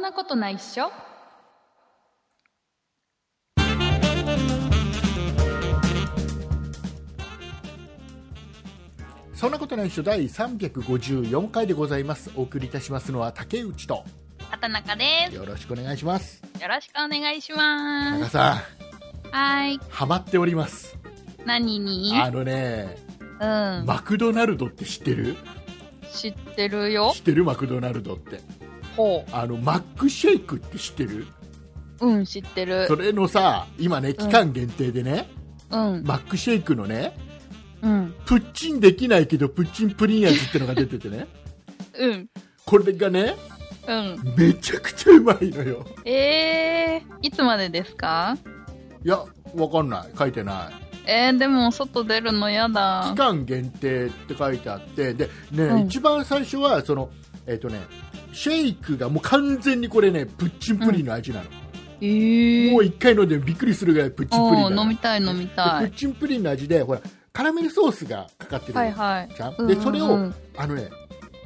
なことないっしょそんなことないっしょ第354回でございますお送りいたしますのは竹内と畑中でよろしくお願いしますすよろしくお願いしま中すさんはーいハマっております何にあのねうんマクドナルドって知ってる知ってるよ知ってるマクドナルドってほあのマックシェイクって知ってるううん知ってるそれのさ今ね期間限定でね、うんマックシェイクのねうんプッチンできないけどプッチンプリン味ってのが出ててねうんこれがねうんめちゃくちゃうまいのよえー、いつまでですかいやわかんない書いてないえー、でも外出るのやだ期間限定って書いてあってでね、うん一番最初はそのえっ、とねシェイクがもう完全にこれねプッチンプリンの味なの、えー、もう一回飲んでびっくりするぐらいプッチンプリンおーなの飲みたい飲みたでいプッチンプリンの味でほらカラメルソースがかかってるはいはいじゃん、うんうんうでんそれをあのね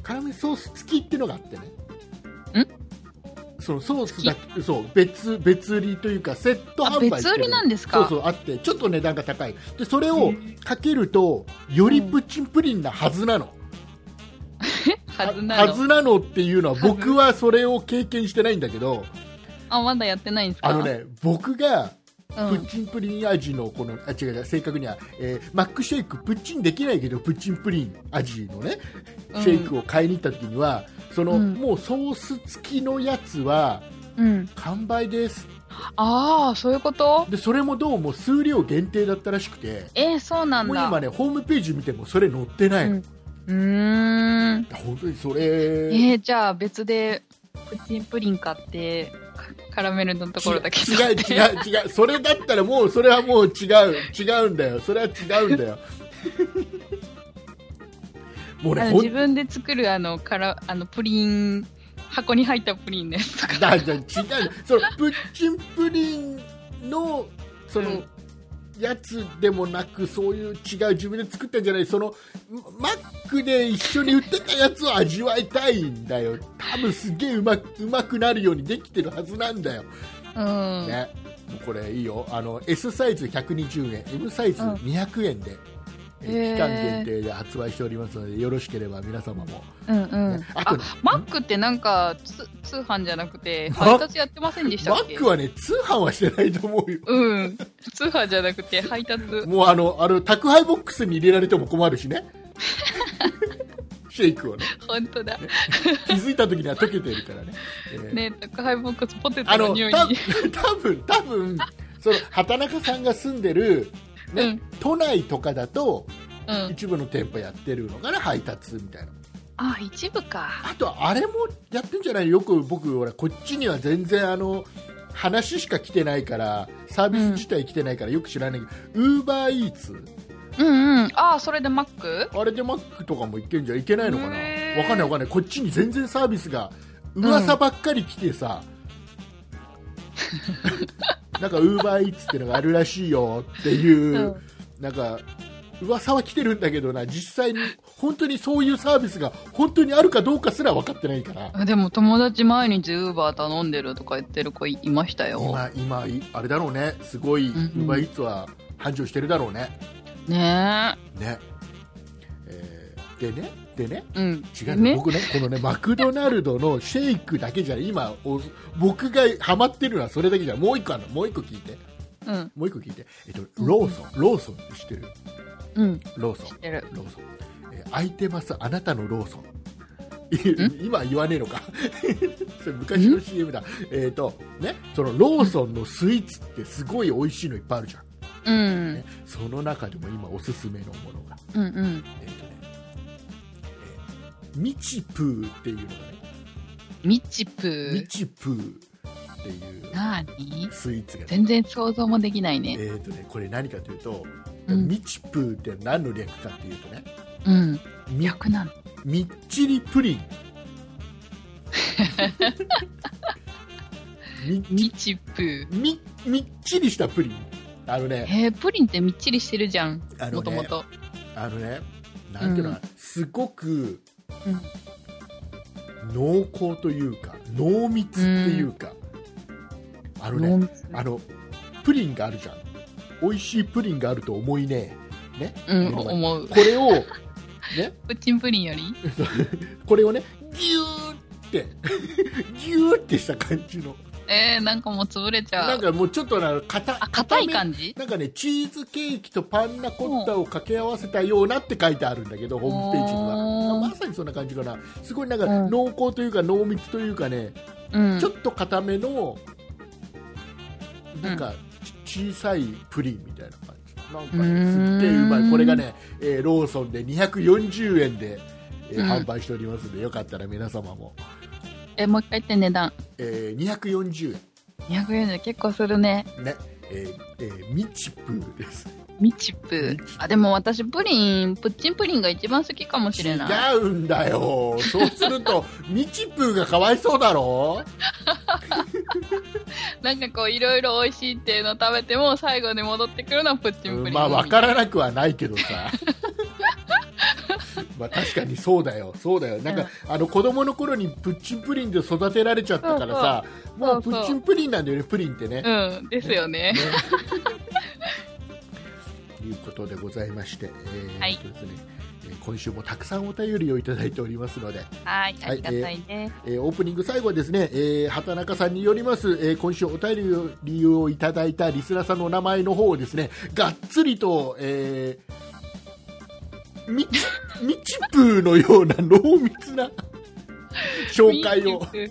カラメルソース付きってのがあってねそのソースだけそう別別売りというかセットあ販売別売りなんですかそうそうあってちょっと値段が高いでそれをかけるとよりプッチンプリンなはずなの、はずなはのずなのっていうのは僕はそれを経験してないんだけどあまだやってないんですかあのね僕がうプッんチンプリン味のこのあ違う違う正確には、えーマックシェイクプッチンできないけどプッチンプリン味のねうんシェイクを買いに行った時には、そのうんもうソース付きのやつはうん完売ですああそういうことでそれもどうも数量限定だったらしくてえー、そうなんもうだ今ねホームページ見てもそれ載ってないうの、んうーん本当にそえれー、じゃあ別でプチンプリン買ってかカラメルのところだけち買違うって違う違うそれだったらもうそれはもう違う違うんだよそれは違うんだよもうねあのほん自分で作るあのからあのプリン箱に入ったプリンですとかだじゃ違うそのプッチンプリンのその、うんやつでもなくそういう違う自分で作ったんじゃないそのマックで一緒に売ってたやつを味わいたいんだよ多分すげえうまくうまくなるようにできてるはずなんだよ、うん、ねもうこれいいよあの S サイズ120円 M サイズうん200円で、えへー期間限定で発売しておりますのでよろしければ皆様も、ねうんうんああとねマックってなんかつ通販じゃなくてマ配達やってませんでしたマっけックはね通販はしてないと思うようん通販じゃなくて配達もうあの、あの、宅配ボックスに入れられても困る しね。シェイクをね、本当だ気づいた時には溶けてるからね。えーね宅配ボックスポテあトのの、匂いたに 多分多分その、畑中さんが住んでる、ねうん都内とかだと、うん一部の店舗やってるのかな、配達みたいな。あ一部かあと、あれもやってんじゃないよく僕、ほら、こっちには全然あの、話しか来てないから、サービス自体来てないからよく知らないけど、ウーバーイーツうんうんああそれでマックあれでマックとかも行けんじゃいけないのかな、へーわかんないわかんない、こっちに全然サービスが、噂ばっかり来てさ、 なんかウーバーイーツってのがあるらしいよっていう、うんなんか、噂は来てるんだけどな、実際に本当にそういうサービスが本当にあるかどうかすら分かってないから。でも友達毎日ウーバー頼んでるとか言ってる子いましたよ。今、今、いあれだろうね、すごい、ウんうんーバーイーツは繁盛してるだろうね。ねね。えーでね、でね、え。うん。違う、ね。僕ね、このね、マクドナルドのシェイクだけじゃない、今、お僕がハマってるのはそれだけじゃない、もう一個あるの、もう一個聞いて、うん。もう一個聞いて、えっと、ローソン、ローソンって知ってる、うん。知ローソンっ、てる。ローソン、えー空いてます、あなたのローソン。い 今は言わねえのかそれ昔の CM だ、えっとね、そのローソンのスイーツってすごい美味しいのいっぱいあるじゃん、うねん。、その中でも今おすすめのものが、うんうん。えっとねえーミチプーっていうのがねミチプミー。チプーっていうなあにスイーツが、全然想像もできないえっ、ね。とねこれ何かというと、うんミチプーって何の略かっていうとねうん。み逆なの。みっちりプ リンみミみチプー。みみっちりしたプリンあのねへえ、プリンってみっちりしてるじゃん。あのもともねと。あのねなんていうのかな、すごくうん濃厚というか濃密っていうか、あのね濃密あのプリンがあるじゃん美味しいプリンがあると思いねうん、思うこ。れをねプッチンプリンよりこれをねギューって ギューってした感じのえー、なんかもう潰れちゃなんう。かもうちょっとな硬あ、硬いめ感じなんかねチーズケーキとパンナコッタを掛け合わせたようなって書いてあるんだけどホームページにおはーまさにそんな感じかなすごいなんかうん濃厚というか濃密というかね、うん。ちょっと硬めのなんか、ち小さいプリンみたいな感じなんか、うーね、すんっげえうまいこれがね、えーローソンで240円で、えーうん販売しておりますので、よかったら皆様も、え、もう一回言って値段。えー240 240円結構するね。円ねえーえーミチプーですミチプ。あ、でも私プリン、プッチンプリンが一番好きかもしれない。違うんだよそうするとミチプーがかわいそうだろなんかこう、いろいろ美味しいっていうの食べても、最後に戻ってくるのはプッチンプリン。まあ分からなくはないけどさ まあ確かにそうだよそうだよなんか、あの子供の頃にプッチンプリンで育てられちゃったからさもうプそうそうッチンプリンなんだよねプリンってね、うん、ですよね。 ということでございまして、えーはいそうですねえー今週もたくさんお便りをいただいておりますので、はい、ありがたいね。えーオープニング最後はですね、えー畑中さんによります、えー今週お便りをいただいたリスナーさんの名前の方をですねがっつりと、えー、みちみちぷーのような濃 密な紹介をミ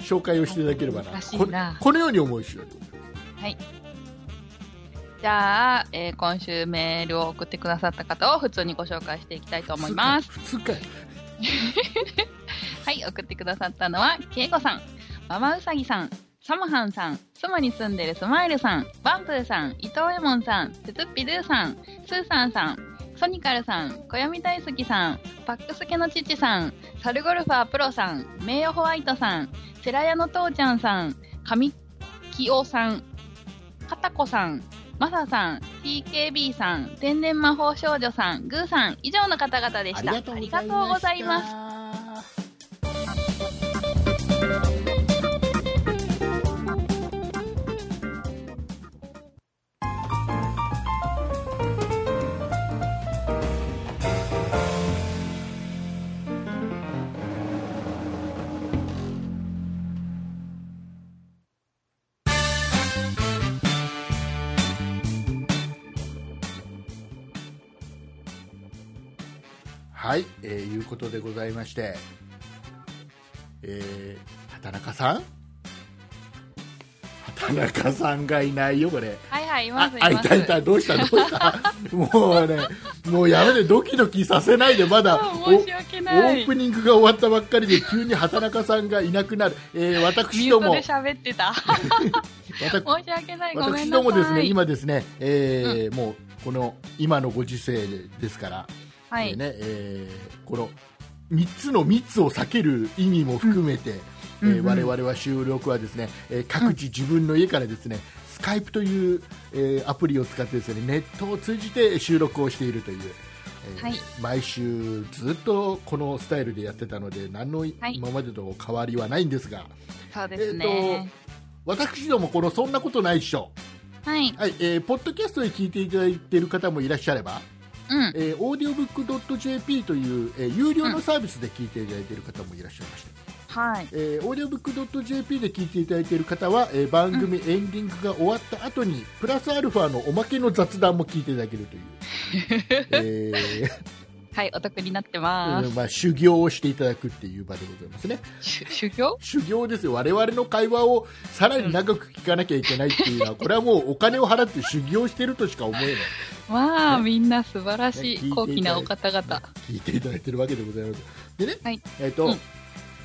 チ紹介をしていただければな難しいこなこのように思いしようとプじゃあ、えー今週メールを送ってくださった方を普通にご紹介していきたいと思います。普通かいはい、送ってくださったのは、けいこさん、ママウサギさん、サムハンさん、スモに住んでるスマイルさん、バンプーさん、伊藤右衛門さん、つつっぴドゥさん、スーさんさん、ソニカルさん、小読み大好きさん、パックスケの父さん、サルゴルファープロさん、名誉ホワイトさん、セラヤの父ちゃんさん、神木雄さん、カタコさん、マサさん、TKB さん、天然魔法少女さん、グーさん、以上の方々でした。ありがとうございます。すはい、えー、いうことでございまして、えー、畑中さん畑中さんがいないよこれはいはい、いまあす。あいますたいたどうしたどうした もうねもうやめてドキドキさせないでまだあお申し訳オない。ープニングが終わったばっかりで急に畑中さんがいなくなる、えー、私ミどュートもで喋ってた。私申し訳ない。ごめ私んなさい。どもですね、今ですね、えーもうこの今のご時世ですから、はえーい。ねえーこの3つの密を避ける意味も含めて、うんえーうんうん我々は収録はですね、えー各自自分の家からですね、スカイプという、えーアプリを使ってですねネットを通じて収録をしているという。えーはい毎週ずっとこのスタイルでやってたので何のい今までと変わりはないんですが、そうですね。私どもこの「そんなことないっしょ」はい。はいえーポッドキャストで聞いていただいている方もいらっしゃれば、うん。えー、オーディオブックドット JP という、えー有料のサービスで聞いていただいている方もいらっしゃいました、はい。えー、オーディオブックドット JP で聞いていただいている方は、えー番組エンディングが終わった後に、プラスアルファのおまけの雑談も聞いていただけるという、えーはい、お得になってまうんまあ、修行をしていただくっていう場でございますねす。しゅ修行修行ですよ我々の会話をさらに長く聞かなきゃいけないっていうのは、これはもうお金を払って修行してるとしか思えないわあ、みんな素晴らしね聞いていい。た高貴なお方々。聞いていただいてるわけでございます。でね、はいえっ、と、うん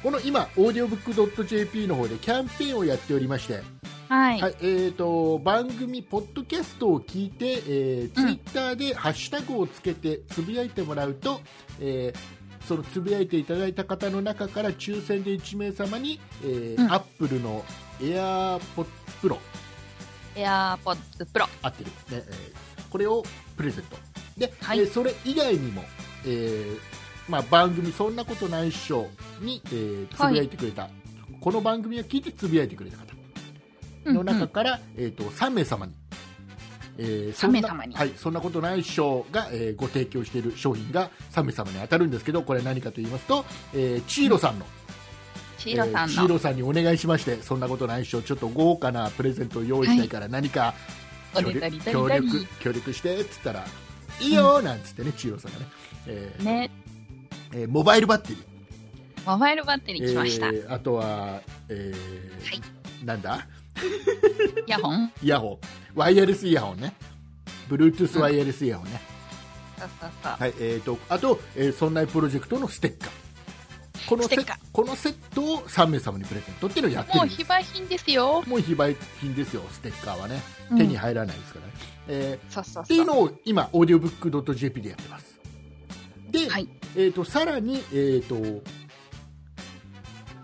この今、オーディオブックドット JP の方でキャンペーンをやっておりまして、はい。はいえー、と番組、ポッドキャストを聞いて、えー、ツうイんッターでハッシュタグをつけてつぶやいてもらうと、えーそのつぶやいていただいた方の中から抽選で1名様に、えーうんアップルの AirPods Pro エアーポッツプロ。合ってる、ねえーこれをプレゼントで、はいえーそれ以外にも、えーまあ、番組「そんなことないっしょ」に、えーつぶやいてくれたこの番組を聞いてつぶやいてくれた方うんの中から、えー、と3名様に、えー3名様にそんなはい、そんなことない賞が、えーご提供している商品が3名様に当たるんですけどこれ何かと言いますと、えー、チーロさんのシーロさんえーのロさんにお願いしましてそんなことないっしょちょっと豪華なプレゼントを用意したいから何かお協ね力だりだり協だり力協力してっつったらいいよなんつってね、チーロさんがね,、えーねえーモバイルバッテリーモバイルバッテリー来ました、えーあとは、えーはいなんだイヤホンイヤホンワイヤレスイヤホンね Bluetooth ワイヤレスイヤホンね、そうそうそうはいえー、とあと、えー、そんなプロジェクトのステッカーこのセステッカーこのセットを3名様にプレゼントっていうのをやってもるうんです非売品ですよ、もう非売品ですよステッカーはねうん手に入らないですからね、えーそうそうっていそううのを今オーディオブックドット JP でやってますで、はいえー、とさらに、えー、と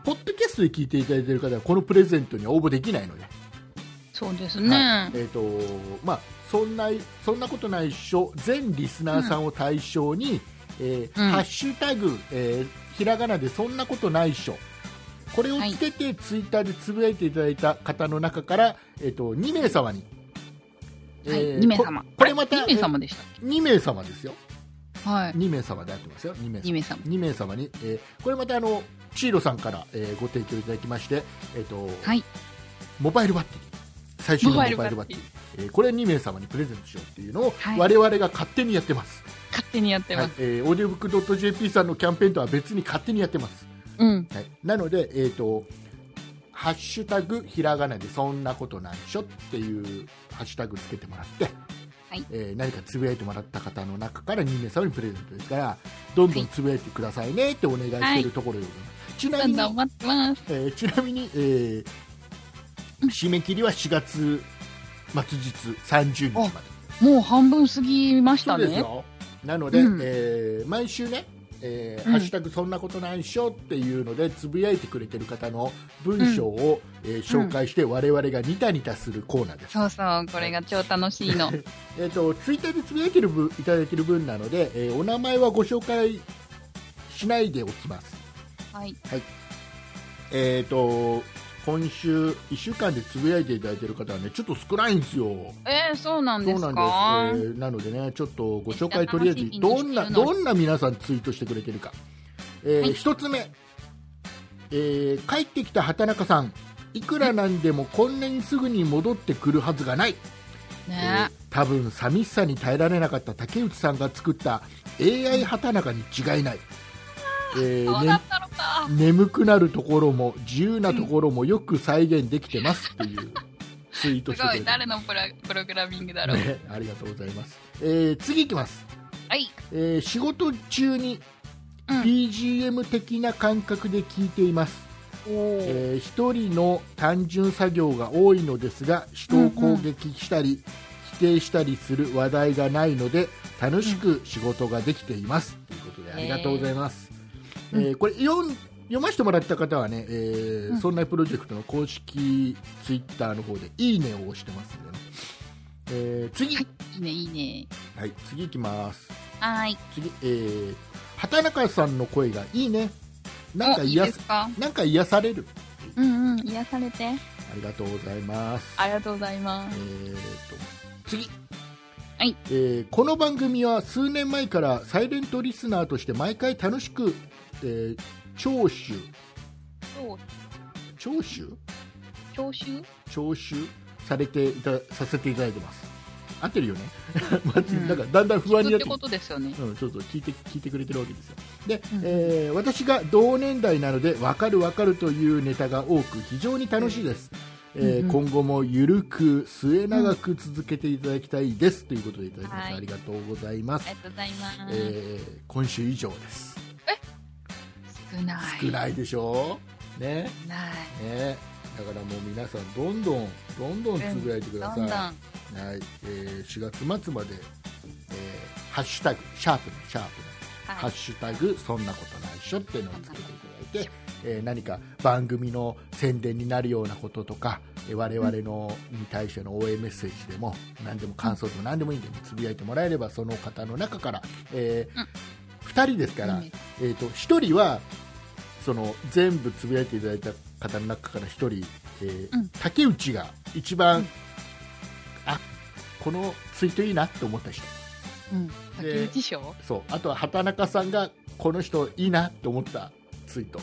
ポッドキャストで聞いていただいている方はこのプレゼントには応募できないのでそうですね、はいえーとまあ、そんなそんなことないっしょ全リスナーさんを対象に、えーうんハッシュタグ、えーひらがなでそんなことないっしょこれをつけてツイッターでつぶやいていただいた方の中から、えー、と2名様に、はい、えー2名様ここれまたあ2名様でし2名様ですよたはい2名様で合ってますよ2名2様名様2名様に、えーこれまたあのチーロさんから、えーご提供いただきまして、えーとはいモバイルバッテリー最新のモバイルバッテリーえーこれ2名様にプレゼントしようっていうのを、はい我々が勝手にやってます、勝手にやってはまいす、えー、オーディオブックドット JP さんのキャンペーンとは別に勝手にやってます、うんはい、なので、えー、とハッシュタグひらがなでそんなことないっしょっていうハッシュタグつけてもらって、はいえー何かつぶやいてもらった方の中から2名様にプレゼントですからどんどんつぶやいてくださいねってお願いしているところでございます、だちんなだみんに、待ってますえーちなみに、えー締め切りは4月末日30日までもう半分過ぎましそたうですねよなので、うんえー毎週ね、えーうんハッシュタグそんなことないっしょっていうのでつぶやいてくれてる方の文章を、えー紹介して我々がニタニタするコーナーです、そうそうこれが超楽しい のえー、とツイッターでつぶやいてる分いただいてる分なので、えーお名前はご紹介しないでおきますはいえっ、と今週1週間でつぶやいていただいてる方はねちょっと少ないんですよえー、そうなんですそうかなんです、えーなのでねちょっとご紹介とりあえずめっちゃ楽どしみんになしてるのどんな皆さんツイートしてくれてるか、えーはい一つ目、えー帰ってきた畑中さんいくらなんでもこんなにすぐに戻ってくるはずがない、ねえー多分寂しさに耐えられなかった竹内さんが作った AI 畑中に違いない、えーそうねだったのか眠くなるところも自由なところもよく再現できてますっていうツイーすトしてくごれいて誰のプロプログラミングだろう、ね、ありがとうございます、えー次いきます、はい、えー仕事中にうん BGM 的な感覚で聞いています、おおーえー一人の単純作業が多いのですが人を攻撃したり、否定したりする話題がないので楽しく仕事ができています、ということでありがとうございます、ええーーこれ読ん読ませてもらった方はね、えーうんそんなプロジェクトの公式ツイッターの方で「いいね」を押してますんでね、えー次、ははいいねいいねい次いきますはーい次、えー畑中さんの声がいいねなんかおいい癒やですかなんか癒されるうんうん癒されてありがとうございますありがとうございまえすーと次、はいえーこの番組は数年前からサイレントリスナーとして毎回楽しく、えー聴取そう聴取教習聴取されていたさせていただいてます合ってるよね、 んなんかだんだん不安に聞くっなっててことですよねうん、そうそう聞いて聞いてくれてるわけですよで、うんえー私が同年代なので分かる分かるというネタが多く非常に楽しいです、えーうんうん今後もゆるく末永く続けていただきたいです、ということでいただきました、はいありがとうございまあすり、がとうございます、えー今週以上です少ない少ないでしょうねないねだからもう皆さんどんどんどんどんつぶやいてくだどさい、んどんはいえー4月末まで、えーハッシュタグシャープねシャープねハはッい、シュタグそんなことないっしょっていうのをつけていただいて、えー何か番組の宣伝になるようなこととか、えー我々のに対しての応援メッセージでも何でも感想でも何でもいいんでつぶやいてもらえればその方の中から、えーうん2人ですから、いいねえー、と1人はその全部つぶやいていただいた方の中から1人、えーうん竹内が一番、うんあこのツイートいいなって思った人うん、竹で内賞そうあとは畑中さんがこの人いいなって思ったツイート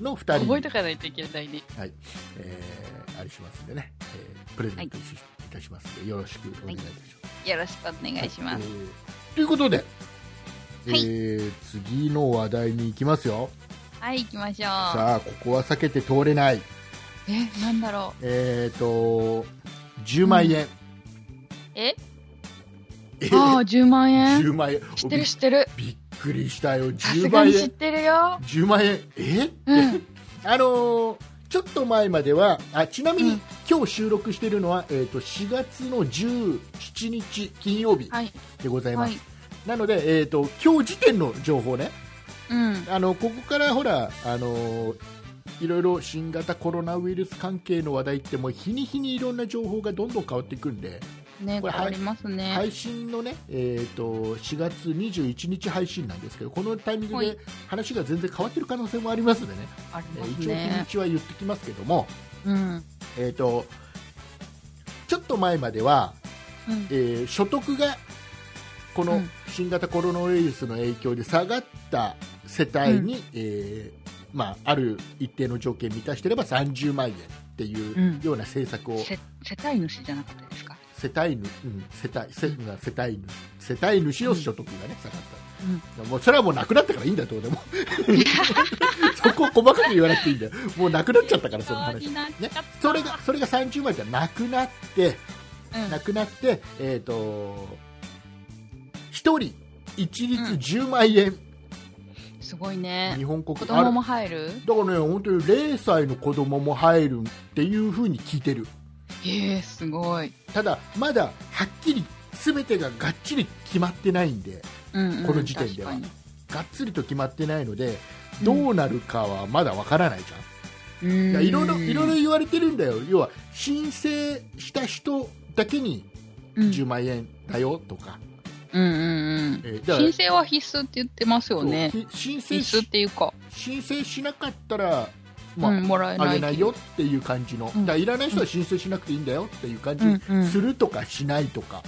の2人覚えにとかないといけないね。えーあれしますんでね、えープレゼントしいたしますので、よろしくお願いいたします。よろしくお願いします。えーということで、えはいー次の話題に行きますよ。はい、行きましょう。さあ、ここは避けて通れない。え、なんだろえっ、と、10万円。う。ええああ、10万円 10万円。知ってる知ってる。びっくりしたよ、さす10が万に知っ円。てるよ。 10万円。えうん。あのーちょっと前までは、あちなみに、うん今日収録しているのは、えー、と4月の17日金曜日はい。でございます。はい。なので、えー、と今日時点の情報ね、うん。あのここからほら、あのーいろいろ新型コロナウイルス関係の話題って、もう日に日にいろんな情報がどんどん変わっていくんで、ね、変これわりますね。配信のね、えー、と4月21日配信なんですけど、このタイミングはでい話が全然変わってる可能性もありますんでね、ありえますー一応日にね。ちは言ってきますけども、うん。えー、とちょっと前までは、うん。えー所得がこうのん新型コロナウイルスの影響で下がった世帯に、えーまあ、ある一定の条件を満たしていれば30万円っていううんような政策を、せ世帯主じゃなかったですか世帯主、うん、世帯世世帯主世帯主の所得が、ね、下がった、もうそれはもうなくなったからいいんだよどう でもそこを細かく言わなくていいんだよもうなくなっちゃったからその話、ね、それがそれが30万円じゃなくなって、うんなくなって、えー、と1人一律10万円、すごいね日本国子あ供るも入るだからね本当に0歳の子供も入るっていうふうに聞いてるええすごい、ただまだはっきり全てががっちり決まってないんでうんうんこの時点では確かがっつりと決まってないのでうんどうなるかはまだわからないじゃんにうんだからいろいろいろいろ言われてるんだよ要は申請した人だけにうん10万円だよとか,、うんうんえうーだんか申ら請は必須って言ってますよねそうひ申請必須しっていうか、申請しなかったら、まあうん、もらえないあげないよっていう感じの、うんだからいらない人は申請しなくていいんだよっていう感じ、うんうんするとかしないとか、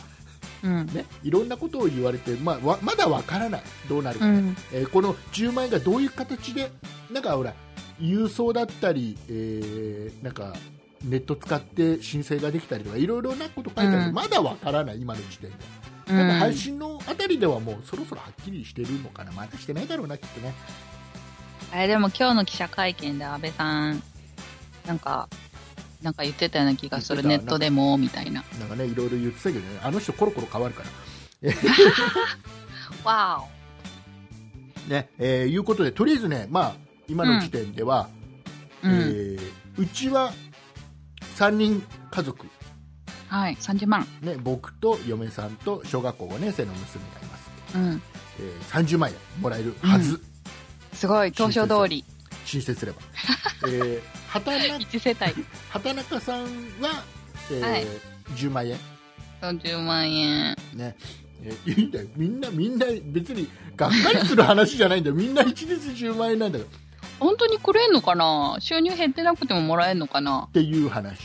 うんね、いろんなことを言われて、まあ、わまだわからない、どうなるうか、んえーこの10万円がどういう形で、なんかほら、郵送だったり、えーなんかネット使って申請ができたりとか、いろいろなこと書いてあるけど、うんまだわからない、今の時点で。うなんかん配信のあたりではもうそろそろはっきりしてるのかな、まだしてないだろうな、きっとね。あれでも今日の記者会見で安倍さんなんかなんか言ってたような気がする言ネってたットでもみたいななんかね、いろいろ言ってたけどね、あの人、コロコロ変わるから。わねえーいうことで、とりあえずね、まあ、今の時点では、お、ううんえーうちは3人家族、はい30万ね、僕と嫁さんと小学校5年生の娘がいまうす、んえー30万円もらえるはず、すごい当初通り申請 すれば。えー畑中1世帯畑中さんは、えーはい10万円、 40万円ねえーいいんだよみんな、みんな別にがっかりする話じゃないんだよ、みんな一日10万円なんだよ本当にくれんのかな収入減ってなくてももらえんのかなっていう話。へ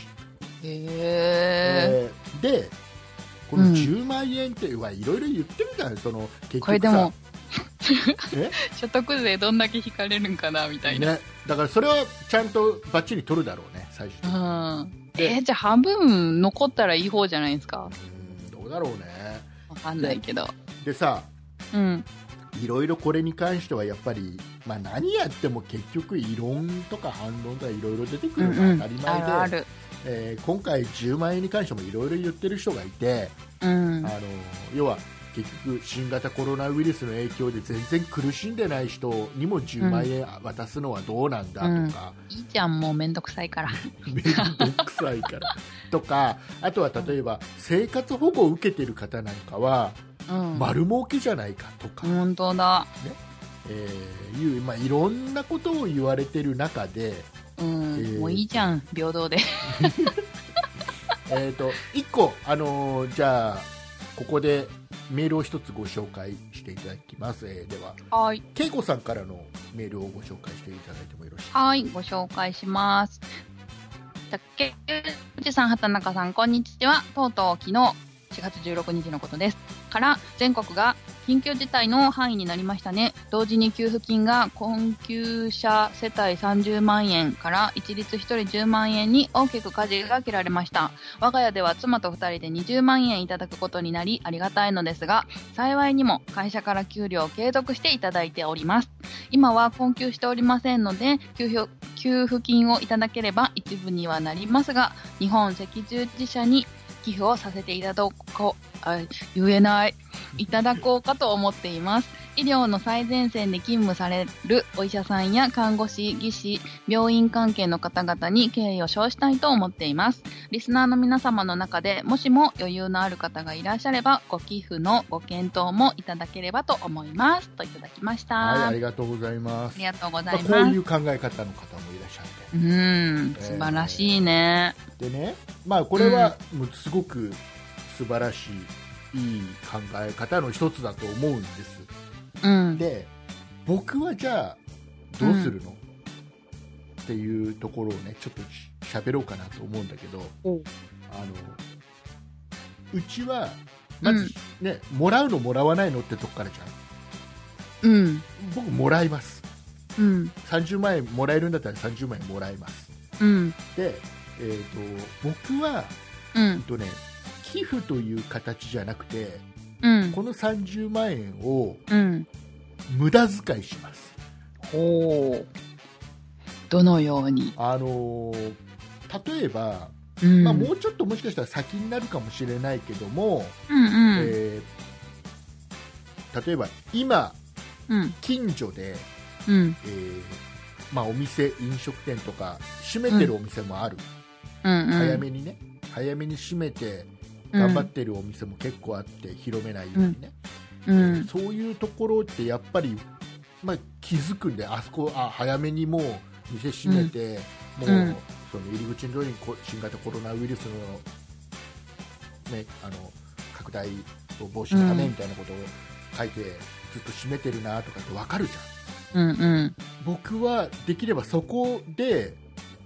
ええーでこのうん10万円ってうわいろいろ言ってるじゃんその結局さこれでも え所得税どんだけ引かれるんかなみたいな、ね、だからそれはちゃんとばっちり取るだろうね最終う的にんでえーじゃあ半分残ったらいい方じゃないですかうんどうだろうねわかんないけどでさうんいろいろこれに関してはやっぱり、まあ、何やっても結局異論とか反論とかいろいろ出てくるのは当たり前あで、るあるえー今回10万円に関してもいろいろ言ってる人がいて、うんあの要は結局、新型コロナウイルスの影響で全然苦しんでない人にも10万円渡すのはどうなんだとか、いいじゃんもうめんどくさいからめんどくさいからとか、 あとは例えば生活保護を受けてる方なんかはうん、丸儲けじゃないかとか、本当だえーいう、まあ、いろんなことを言われてる中で、うん、えーもういいじゃん平等でえー、と1個、あのーじゃあここでメールを一つご紹介していただきます、えーでははい。けいこさんからのメールをご紹介していただいてもよろしいはい、ご紹介します。竹内さん、畑中さん、こんにちは。とうとう昨日、4月16日のことです。から、全国が緊急事態の範囲になりましたね。同時に給付金が困窮者世帯30万円から一律1人10万円に大きく舵が切られました。我が家では妻と2人で20万円いただくことになり、ありがたいのですが、幸いにも会社から給料を継続していただいております。今は困窮しておりませんので給付給付金をいただければ一部にはなりますが日本赤十字社に寄付をさせていただこうあ言えないいただこうかと思っています医療の最前線で勤務されるお医者さんや看護師技師病院関係の方々に敬意を称したいと思っていますリスナーの皆様の中でもしも余裕のある方がいらっしゃればご寄付のご検討もいただければと思いますといただきました、はい、ありがとうございまあすりがとうござまあいこうまいす。う考え方の方もいらっしゃってうん、素晴らしいね。でね、まあ、これはもうすごく素晴らしい、いい考え方の一つだと思うんですうん。で僕はじゃあどうするの、っていうところをねちょっとし喋ろうかなと思うんだけどおあのうちはまうず、ねもらうのもらわないのってとこからじゃんうん。僕もらいますうん。 30万円もらえるんだったら30万円もらいますうん。で、えー、と僕はうん。とね、寄付という形じゃなくて、うん。この30万円をうん。無駄遣いします。ほう。どのように。あのー例えば、うん。まあ、もうちょっともしかしたら先になるかもしれないけども、うんうん。えー例えば今、うん。近所で、うん。えーまあ、お店、飲食店とか閉めてるお店もある、うん。早めにね早めに閉めて頑張ってるお店も結構あって、広めないようにね、うん。そういうところってやっぱり、まあ、気づくんであそこあ早めにもう店閉めて、んもう、うんその入り口のところにこ新型コロナウイルスの,、ね、あの拡大を防止のためうんみたいなことを書いて、ずっと閉めてるなとかって分かるじゃんうん。うん。僕はできればそこで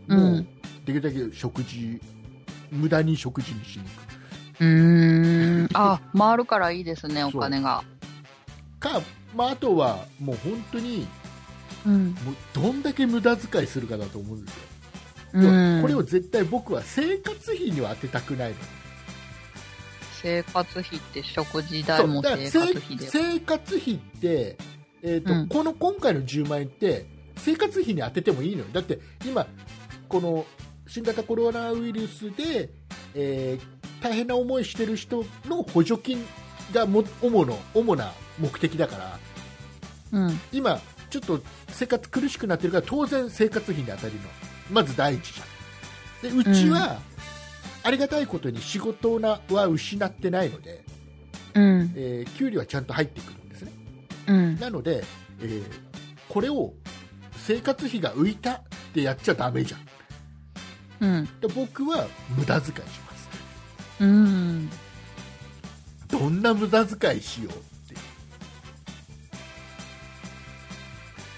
うもんう、できるだけ食事無駄に食事にしに行くうん。あ、回るからいいですね、お金が。か、まあ、あとはもう本当にうん。もうどんだけ無駄遣いするかだと思うんですようん。これを絶対僕は生活費には当てたくないの生活費って食事代そうもだから生せ活費で。生活費って、えーとうんこの今回の10万円って生活費に当ててもいいのよだって今この新型コロナウイルスで、えー大変な思いしてる人の補助金がも主の主な目的だからうん。今ちょっと生活苦しくなってるから当然生活費に当たるのまず第一じゃんでうちは、ありがたいことに仕事なは失ってないので、うん。えー給料はちゃんと入ってくるんですねうん。なので、えーこれを生活費が浮いたってやっちゃダメじゃんうん。で僕は無駄遣いしますうん。どんな無駄遣いしようって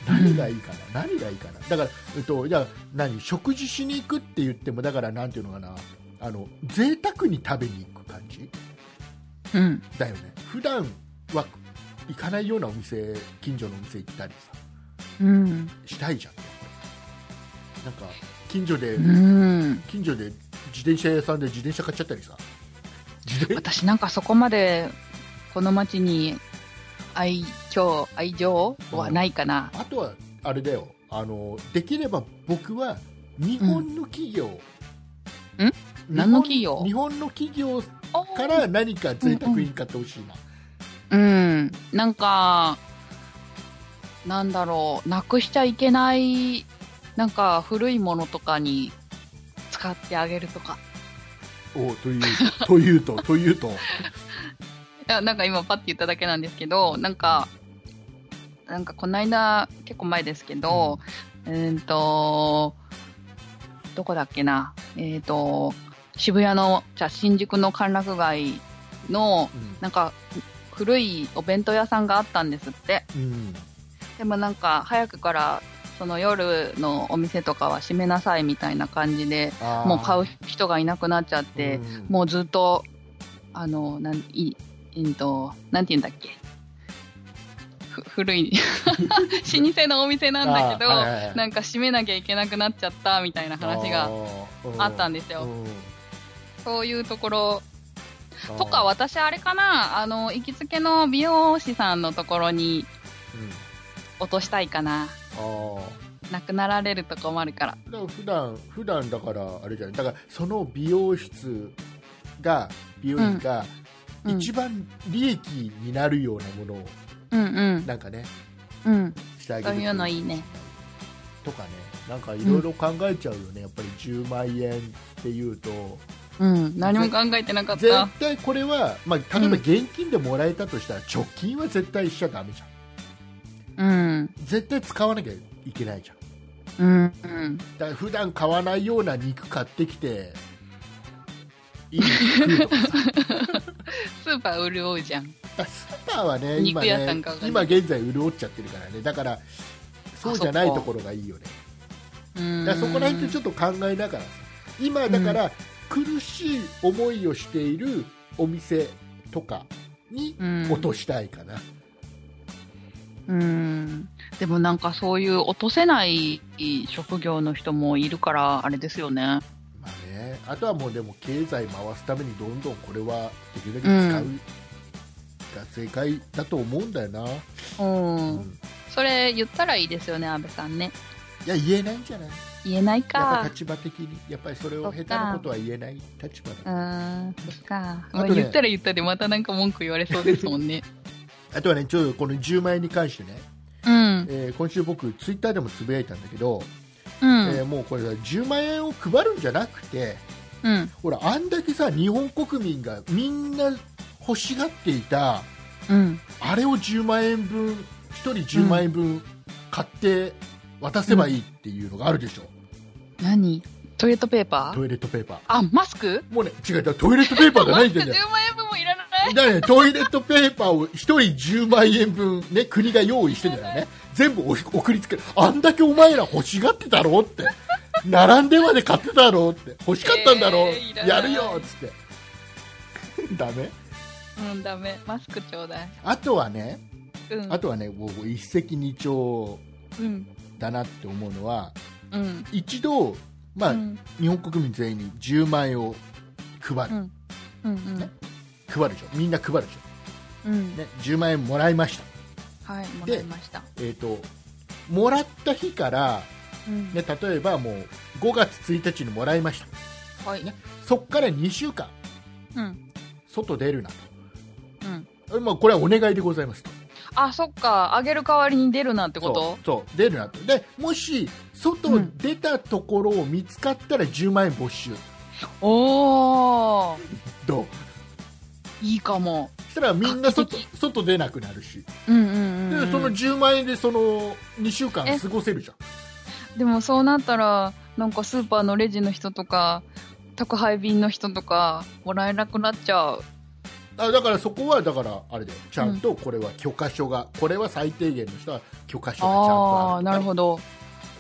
何がいいかな、何がいいかなだから、えっと、じゃあ何食事しに行くって言ってもだからなんていうのかなあの贅沢に食べに行く感じうん。だよね普段は行かないようなお店近所のお店行ったりさうん。したいじゃんなんか近所で、うん。近所で自転車屋さんで自転車買っちゃったりさ自転私なんかそこまでこの町に愛嬌愛情はないかな、あとはあれだよあのできれば僕は日本の企業、うんん日本何の企業日本の企業おーから何か贅沢品買ってほしいな、うんなんかなんだろうなくしちゃいけないなんか古いものとかに使ってあげるとかおというとというと といういとやなんか今パッて言っただけなんですけどなんかなんかこの間結構前ですけど、うーんと、どこだっけな、えっ、と、渋谷の、じゃあ新宿の歓楽街の、うんなんか、古いお弁当屋さんがあったんですってうんでもなんか早くからその夜のお店とかは閉めなさいみたいな感じであーもう買う人がいなくなっちゃって、うんもうずっとあのなんいえっとなんて言うんだっけふ古い 老舗のお店なんだけど、あーはいはいはいなんか閉めなきゃいけなくなっちゃったみたいな話があったんですよそういうところとか、私あれかなあの行きつけの美容師さんのところにうんうん落としたいかなあーなくなられると困るからだから普段普段だからあれじゃないだからその美容室が美容院がうん一番利益になるようなものをうんうんなんかねうんしてあげそるういうのいいねとかねなんかいろいろ考えちゃうよね、やっぱり10万円っていうとうん何も考えてなかった絶対これは、まあ、例えば現金でもらえたとしたら貯金は絶対しちゃダメじゃんうん絶対使わなきゃいけないじゃんうんうんだから普段買わないような肉買ってきていい肉食うとかさスーパー潤うじゃんだからスーパーはね今肉屋さんねが上がる今現在潤っちゃってるからねだからそうじゃないところがいいよねうんだからそこら辺ってちょっっと考えながらさ今だから苦しい思いをしているお店とかにうん落としたいかな、うんでもなんかそういう落とせない職業の人もいるからあれですよねまあね、あとはもうでも経済回すためにどんどんこれはできるだけ使うが正解だと思うんだよな、うん、うんそれ言ったらいいですよね安部さんねいや言えないんじゃない言えないやっぱか立場的にやっぱりそれそをっか下手なことは言えない立場だうーんそっか、あとねまあ言ったら言ったでまたなんか文句言われそうですもん ねあとはね、ちょっとこの10万円に関してね、うんえー今週僕、ツイッターでもつぶやいたんだけど、うん、えーもうこれさ、10万円を配るんじゃなくて、うんほら、あんだけさ、日本国民がみんな欲しがっていた、うんあれを10万円分、1人10万円分買って渡せばいいっていうのがあるでしょ、何トイレットペーパートイレットペーパー。あマスクもうね、違う、だからトイレットペーパーじゃマなスいんクだ10よね。万円分もいらないだからね、トイレットペーパーを1人10万円分、ね、国が用意してんだよね全部お送りつけるあんだけお前ら欲しがってたろって並んでまで買ってたろって欲しかったんだろ、えーいらなやいるよっつって ダメうんダメマスクちょうだいあとはねうんあとはね僕一石二鳥うんだなって思うのはうん一度、まあうん日本国民全員に10万円を配る、うんうんうん配るでしょみんな配るでしうんょ、ね、10万円もらいましたはいもらいましたえー、ともらった日から、うんね、例えばもう5月1日にもらいましたはいねそこから2週間うん外出るなうんと、まあ、これはお願いでございますとあそっかあげる代わりに出るなってことそうそう出るなとでもしう外ん出たところを見つかったら10万円没収おおどういいかもそしたらみんな外画期外出なくなるしうんうんでうん、うん、その10万円でその2週間え過ごせるじゃんでもそうなったらなんかスーパーのレジの人とか宅配便の人とかもらえなくなっちゃうあだからそこはだからあれだよちゃんとこれは許可書が、これは最低限の人は許可書がちゃんとあああるなるほど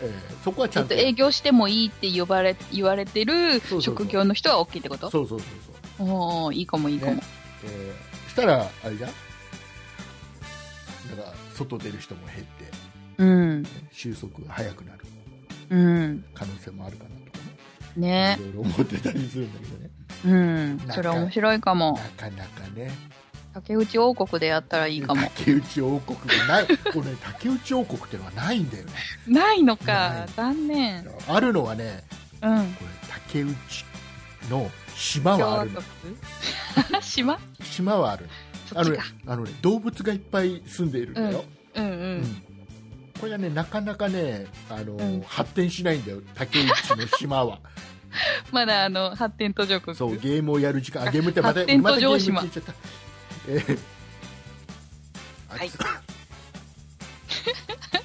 えーそこはちちょゃっんとと営業してもいいって呼ばれ言われてるそうそうそう職業の人は OK ってことそうそうそうそう、おおいいかもいいかも、ねえーしたらあれだだから外出る人も減ってうん収束が早くなるうん可能性もあるかなとかねねいろいろ思ってたりするんだけどねうんなんかそれ面白いかもなかなかね竹内王国でやったらいいかも竹内王国がないこれ、ね、竹内王国ってのはないんだよねないのなかい残念あるのはねうんこれ竹内の島共はあ和るの国 島島はあるそあっちのねかあのね動物がいっぱい住んでいるんだよ、うんううんんこれがねなかなかねあの、うん発展しないんだよ竹内の島はまだあの発展途上国そうゲームをやる時間あゲームってまた発展ま途たゲー上ム島聞いちゃったえーあはいつ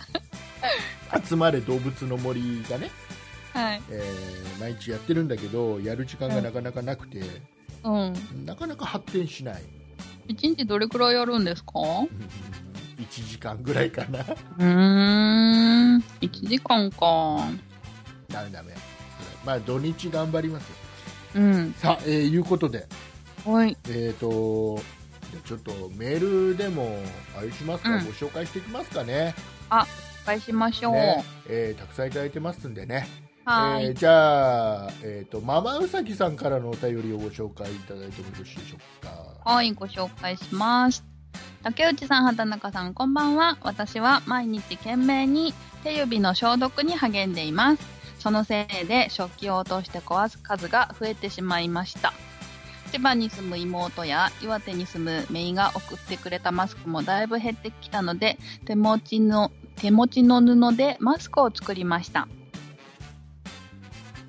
集まれ動物の森がね、はいえー毎日やってるんだけどやる時間がなかなかなくて、うんなかなか発展しない 一日どれくらいやるんですかう1時間ぐらいか なーん、1時間か。ダメダメまあ土日頑張りますようん、さあ、えーいうことではい。えっ、とじゃあちょっとメールでもあれしますか、うんご紹介していきますかねお会いしましょう。ね、えーたくさんいただいてますんでね、はーい、えーじゃあ、えー、とママウサギさんからのお便りをご紹介いただいてもよろしいでしょうかはい、ご紹介します。竹内さん、畑中さん、こんばんは。私は毎日懸命に手指の消毒に励んでいます。そのせいで食器を落として壊す数が増えてしまいました。千葉に住む妹や岩手に住む姪が送ってくれたマスクもだいぶ減ってきたので、手持ちの、手持ちの布でマスクを作りました。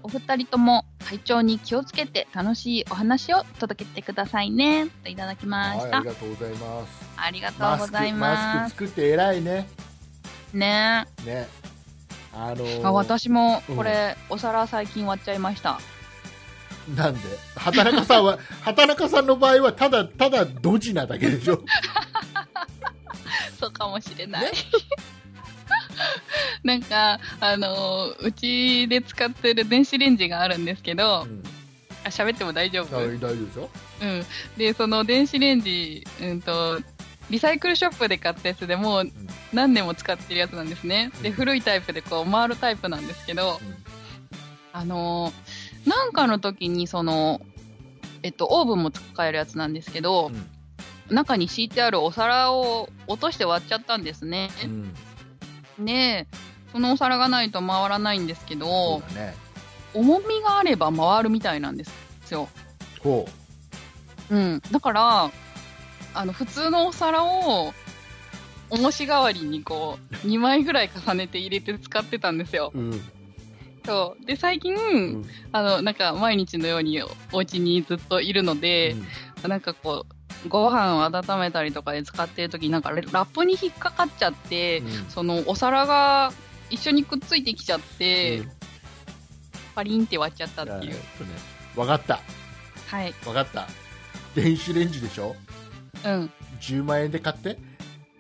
お二人とも体調に気をつけて楽しいお話を届けてくださいね。といただきまはいしあたり。がとうございますありがとマうごスクざいマまスす。ク作って偉いねねねあのえーあ私もこれ、お皿最近割っちゃいました。なんで畑中さ んは畑中さんの場合はただただドジなだけ でしょそうかもしれない。なんか、あのーうちで使ってる電子レンジがあるんですけど、うんあ喋っても大丈夫、大うん、大丈夫でしょで、その電子レンジ、うんと、リサイクルショップで買ったやつでもう何年も使ってるやつなんですね。で、うん古いタイプでこう回るタイプなんですけど、うんあのーなんかの時にその、えっと、オーブンも使えるやつなんですけど、中に敷いてあるお皿を落として割っちゃったんですね。うんうんで、そのお皿がないと回らないんですけそど、うだね重みがあれば回るみたいなんですよ。ほうん。だから、あの、普通のお皿を、重し代わりにこう、2枚 ぐらい重ねて入れて使ってたんですよ。ううんそう。で、最近、うんあの、なんか、毎日のようにお家にずっといるので、うんなんかこう、ご飯を温めたりとかで使ってるときになんかラップに引っかかっちゃって、うんそのお皿が一緒にくっついてきちゃって、うんパリンって割っちゃったっだからてえいっう。とねわかったはい。わかった電子レンジでしょうん。 10万円で買って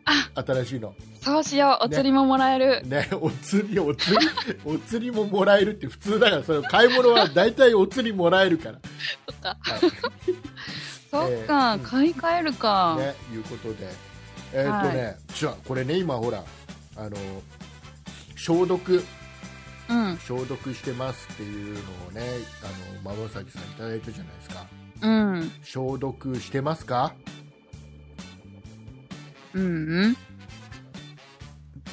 あ新しいのそうしよう。お釣りももらえる。ねお釣りお釣り お釣りももらえるって普通だからそれ買い物は大体お釣りもらえるからそっか。はいそっか、うん買い替えるか。ね、いうことで、えーっとねじゃあこれね、今、ほらあの消毒うん。消毒してますっていうのをね、あの馬崎さんいただいたじゃないですか、うん。消毒してますかうん。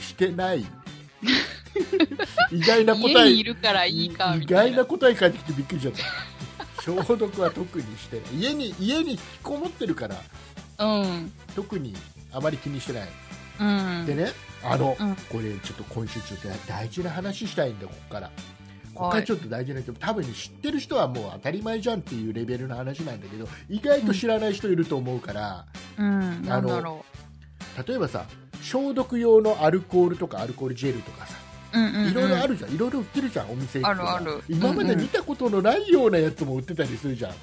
して ない、意外な答家え、にいるからいいか、意みた外いなな。答え返ってきてびっくりしちゃった、消毒は特にしてない、家に家に引きこもってるから、うん。特にあまり気にしてない、うん。でね、あの、うんこれちょっと今週ちょっと大事な話したいんだここからここからちょっと大事なけど多分ね知ってる人はもう当たり前じゃんっていうレベルの話なんだけど意外と知らない人いると思うから、うん。なんだろ例えばさ消毒用のアルコールとかアルコールジェルとかさう。うんうん、うん。いろいろあるじゃんいろいろ売ってるじゃんお店行くとさあるある今まで見たことのないようなやつも売ってたりするじゃん、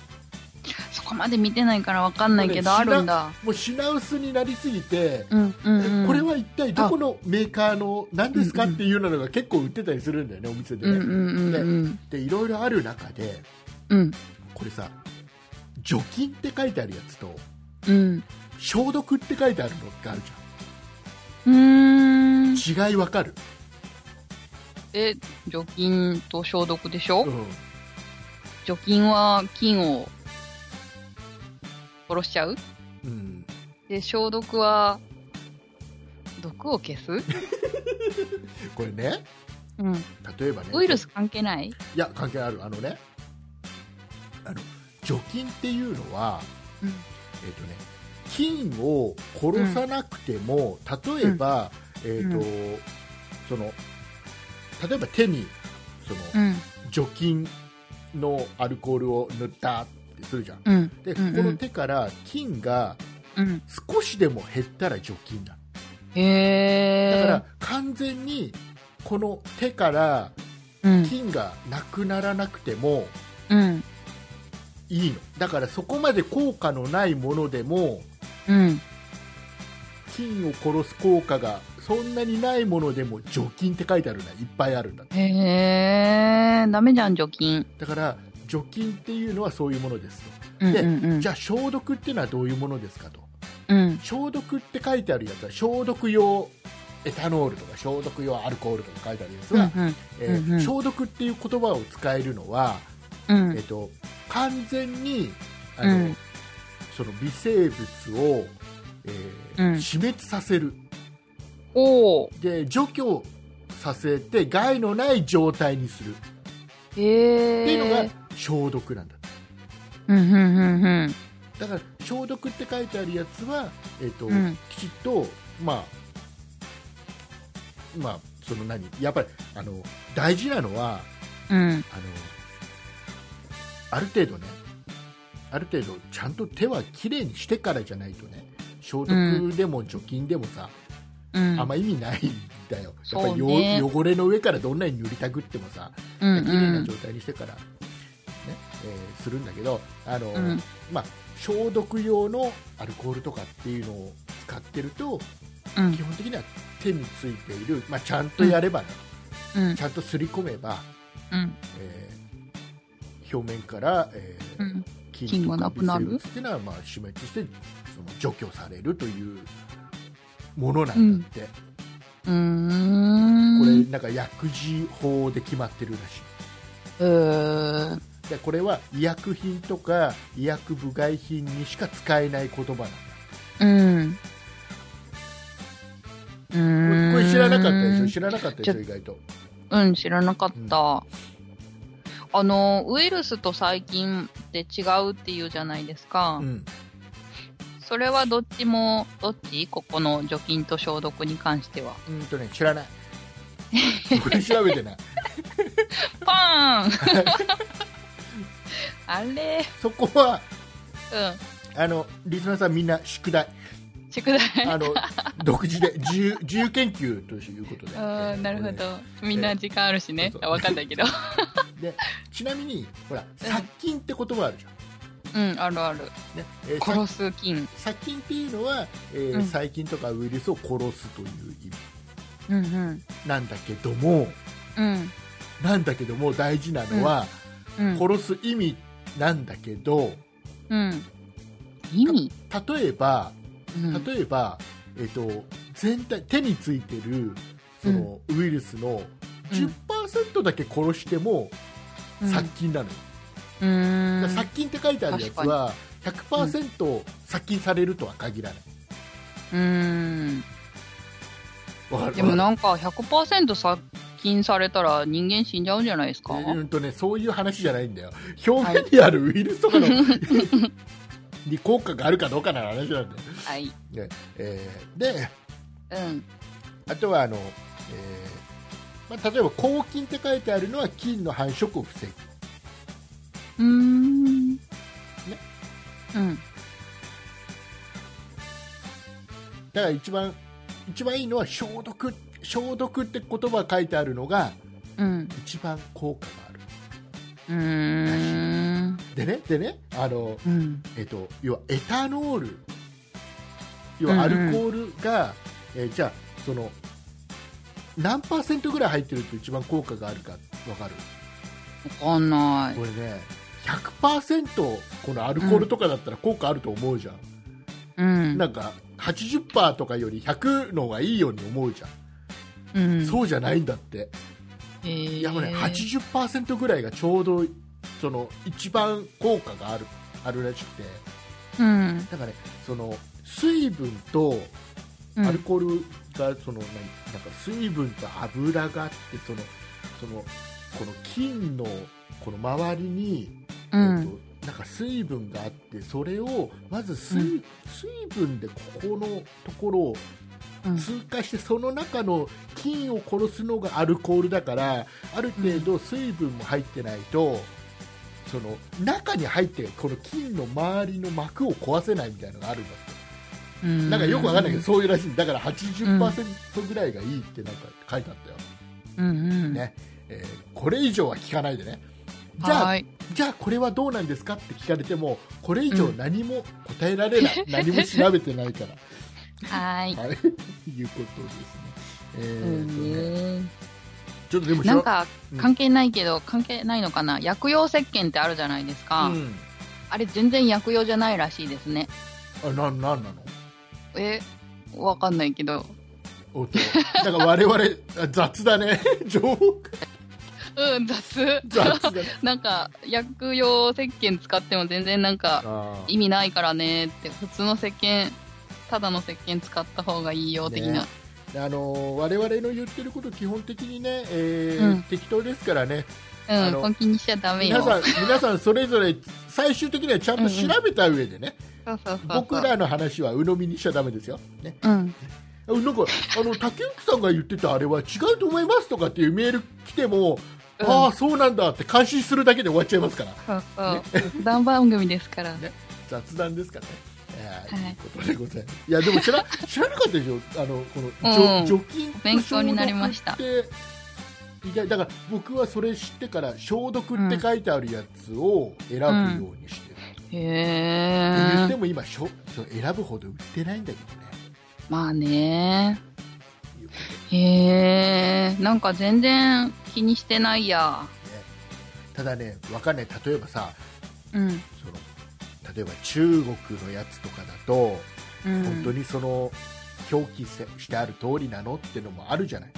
そこまで見てないからわかんないけど、あるんだ。もう品薄になりすぎて、うんうん、うん。これは一体どこのメーカーの何ですかうんっうんていうのが結構売ってたりするんだよねお店でうんね、うんうんうん。でいろいろある中でうん。これさ除菌って書いてあるやつとうん。消毒って書いてあるのってあるじうーん。ゃん違いわかる、え、除菌と消毒でしうょん、除菌は菌を殺しちゃううん、で、消毒は毒を消すこれねうん。例えばねウイルス関係ないいや関係あるあのねあの除菌っていうのはうん。えっ、とね菌を殺さなくても、例えば、えっ、と、うその例えば手にその、うん。除菌のアルコールを塗ったってするじゃんうん。で、うんうんこの手から菌がうん。少しでも減ったら除菌だへだー。から、完全にこの手からうん。菌がなくならなくてもうん。いいのだからそこまで効果のないものでもうん。菌を殺す効果がそんなにないものでも除菌って書いてあるんだいっぱいあるんだへえ、ダメじゃん、除菌。だから除菌っていうのはそういうものですと、うんでうんうん。じゃゃあ消毒っていうのはどういうものですかとうん。消毒って書いてあるやつは消毒用エタノールとか消毒用アルコールとか書いてあるやつうんうは、ん。えーうんうん消毒っていう言葉を使えるのは、うんえっと完全にあの、うんその微生物を、えーうん死滅させるおお。で除去させて害のない状態にするっへてえ。いうのが消毒なんだうんうんうんうん。だから消毒って書いてあるやつは、えっとうんきちっとまあまあその何やっぱりあの大事なのはうん。あのある程度ねある程度ちゃんと手はきれいにしてからじゃないとね消毒でも除菌でもさ、うん。あんま意味ないんだよやっぱりそうねよ汚れの上からどんなに塗りたくってもさうん綺う麗なん状。態にしてから、ねえーするんだけどあの、うんまあ、消毒用のアルコールとかっていうのを使ってるとうん基本的には手についている、まあ、ちゃんとやればね、うんちゃんとすり込めば、うんえー表面から、えーうん。菌と菌がかな微くな生る物っていうのは、まあ、死滅してその除去されるというものなうんんだって、うーん。これなんか薬事法で決まってるらしい。れ。うー。でこれは医薬品とか医薬部外品にしか使えない言葉なんだうん。うこーれん。これ知らなかったでしょ知らなかったでしちょ意外とうん、知らなかった。あの、ウイルスと細菌って違うっていうじゃないですか。うんそれはどっちも、どっちここの除菌と消毒に関しては。うんとね 知らないこれ調べてないパー ンあれそこはうあのリスナーさんみんな宿 題ん。宿題。あの独自で自由自由研究ということで、うん、なるほこれねど。みんな時間あるしねそう。そうあわかんないけど。でちなみにほら殺菌って言葉あるじゃん、うん、あるある。ねえー殺す菌。殺殺菌っていうのは、えーうん細菌とかウイルスを殺すという意味うんうん。なんだけども、うん。なんだけども大事なのは、うん。殺す意味なんだけどうん。意味例えばうん。例えば、えっと全体手についてるその、ウイルスの10%だけ殺してもうん殺菌なのよ、うーだんから殺菌って書いてあるやつは100%殺菌されるとは限らない、うーん。わかるでもなんか100%殺菌されたら人間死んじゃうんじゃないですか、うんとね、そういう話じゃないんだよ表面にあるウイルスとかの、 に効果があるかどうかの話なんだよ、はい。ねえーでうん。あとはあの、えーまあ、例えば抗菌って書いてあるのは菌の繁殖を防ぐうーん。ねうん。だから一番一番いいのは消毒消毒って言葉書いてあるのがうん。一番効果があるうーん。でねでねあの、うん。えっと要はエタノール要はアルコールが、えーじゃあその何パーセントぐらい入ってると一番効果があるかわかるわかんない。これね100%このアルコールとかだったら効果あると思うじゃんうん。なんか80%とかより100の方がいいように思うじゃん、うん。そうじゃないんだって、えー、いやもうね80%ぐらいがちょうどその一番効果があるあるらしくてうん。だからねその水分とうん。アルコールがその、何なんか水分と油があってそのそのこの菌のこの周りにうえん。ーとなんか水分があってそれをまず水,、うん水分でここのところをうん通過してその中の菌を殺すのがアルコールだからある程度水分も入ってないとその中に入ってこの菌の周りの膜を壊せないみたいなのがあるんだってうん。なんかよくわかんないけどそういうらしいだから80%ぐらいがいいってなんか書いてあったよ、うん。うん。ねえーこれ以上は聞かないでねじゃあはいじゃあこれはどうなんですかって聞かれてもこれ以上何も答えられない、何も調べてないからはいはい いうことですね,、えうーとねんねちょっとでもなんかうん関係ないけど、関係ないのかな薬用石鹸ってあるじゃないですか、うん、あれ全然薬用じゃないらしいですねあななんなのえわかんないけどおっとなんか我々あ雑だね 情報がうん雑雑だね なんか薬用石鹸使っても全然なんかあー意味ないからねって普通の石鹸ただの石鹸使った方がいいよ的な、ねあのー我々の言ってること基本的にね、えーうん適当ですからねあうのん本気にしちゃダメよ皆さん皆さんそれぞれ最終的にはちゃんと調べた上でね、そうそうそうそう僕らの話は鵜呑みにしちゃダメですよ、ね、うんあなんかあの竹内さんが言ってたあれは違うと思いますとかっていうメール来ても、うんああそうなんだって感心するだけで終わっちゃいますからそうそう雑談番組ですから、ね雑談ですからね。えーはいい、うことでございます。いやでも 知ら知らなかったでしょ。あのこの除除菌と勉強消になり毒ましったて意外だから僕はそれ知ってから消毒って書いてあるやつを選ぶようにしてる。で言っへてえも今しょその選ぶほど売ってないんだけどね。まあねいうこへえなんか全然気にしてないやとでねただねわかんない例えばさうんその例えば中国のやつとかだと、うん本当にその表記せしてある通りなのってのもあるじゃない。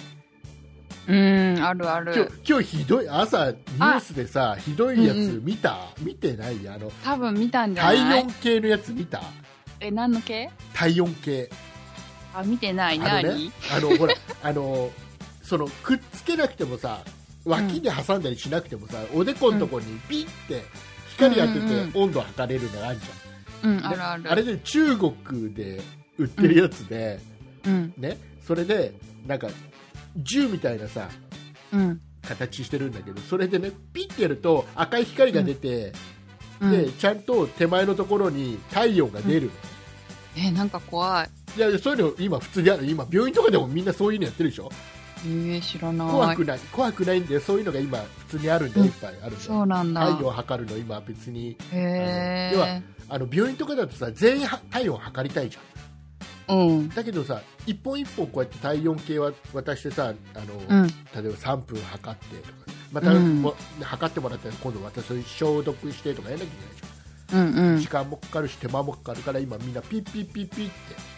うんあるあ今る日今日ひどい朝ニュースでさひどいやつ見た、見てないあの多分見たんじゃな体い温計のやつ見たえ何の系体温計あ見てないあの何、ねあのほら あのそのくっつけなくてもさ脇に挟んだりしなくてもさ、おでこのとこにピッて光当てうんうんて温度測れるのがあるじうんゃん、あねるあるれで中国で売ってるやつで、うんねそれでなんか銃みたいなさうん形してるんだけどそれでねピッてやると赤い光が出て、うんでちゃんと手前のところに太陽が出る、えなんか怖いいやいやそういうの今普通にある今病院とかでもみんなそういうのやってるでしょえー、知らない怖くない怖くないんでそういうのが今普通にあるんで、うんいっぱいあるんでそうなんだ体温を測るの今別にへ要はえあの病院とかだとさ全員は体温を測りたいじゃんうんだけどさ一本一本こうやって体温計は渡してさあうの、ん例えば3分測ってとかまた、うんも測ってもらったら今度私それ消毒してとかやんなきゃいけないじゃん、うんうん時間もかかるし手間もかかるから今みんなピッピッピッピッって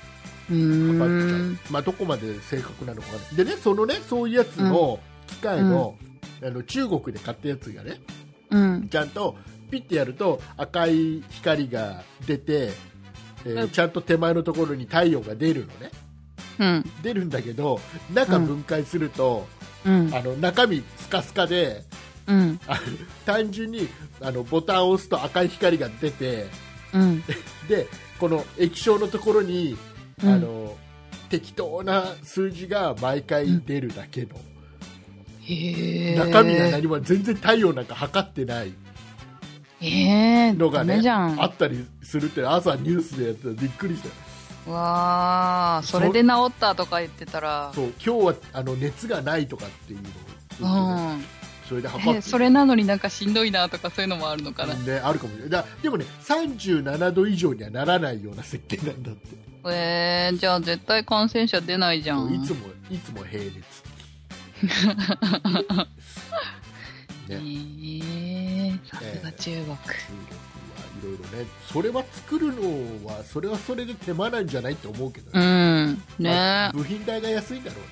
うかかっちゃうーんまあ、どこまで正確なのかわかんないでねそのねそういうやつの機械の,、あの中国で買ったやつがねうんちゃんとピッてやると赤い光が出て、えーうんちゃんと手前のところに太陽が出るのねうん出るんだけど中分解すると、うんあの中身スカスカでうんあの単純にあのボタンを押すと赤い光が出てうんでこの液晶のところにあの、適当な数字が毎回出るだけの、へえ中身が何も全然太陽なんか測ってないえー、のがダメねじゃんあったりするって朝ニュースでやってびっくりしたよわあそれで治ったとか言ってたらそう今日はあの熱がないとかっていうのうを言ってね、んそれで測ってえそれなのになんかしんどいなとかそういうのもあるのかな、ね、あるかもしれないだでもね37度以上にはならないような設計なんだって、えー、じゃあ絶対感染者出ないじゃんいつもいつも平 熱えねー、さすが中国、中国はいろいろねそれは作るのはそれはそれで手間なんじゃないって思うけどね,うんねえ、まあ、部品代が安いんだろうね、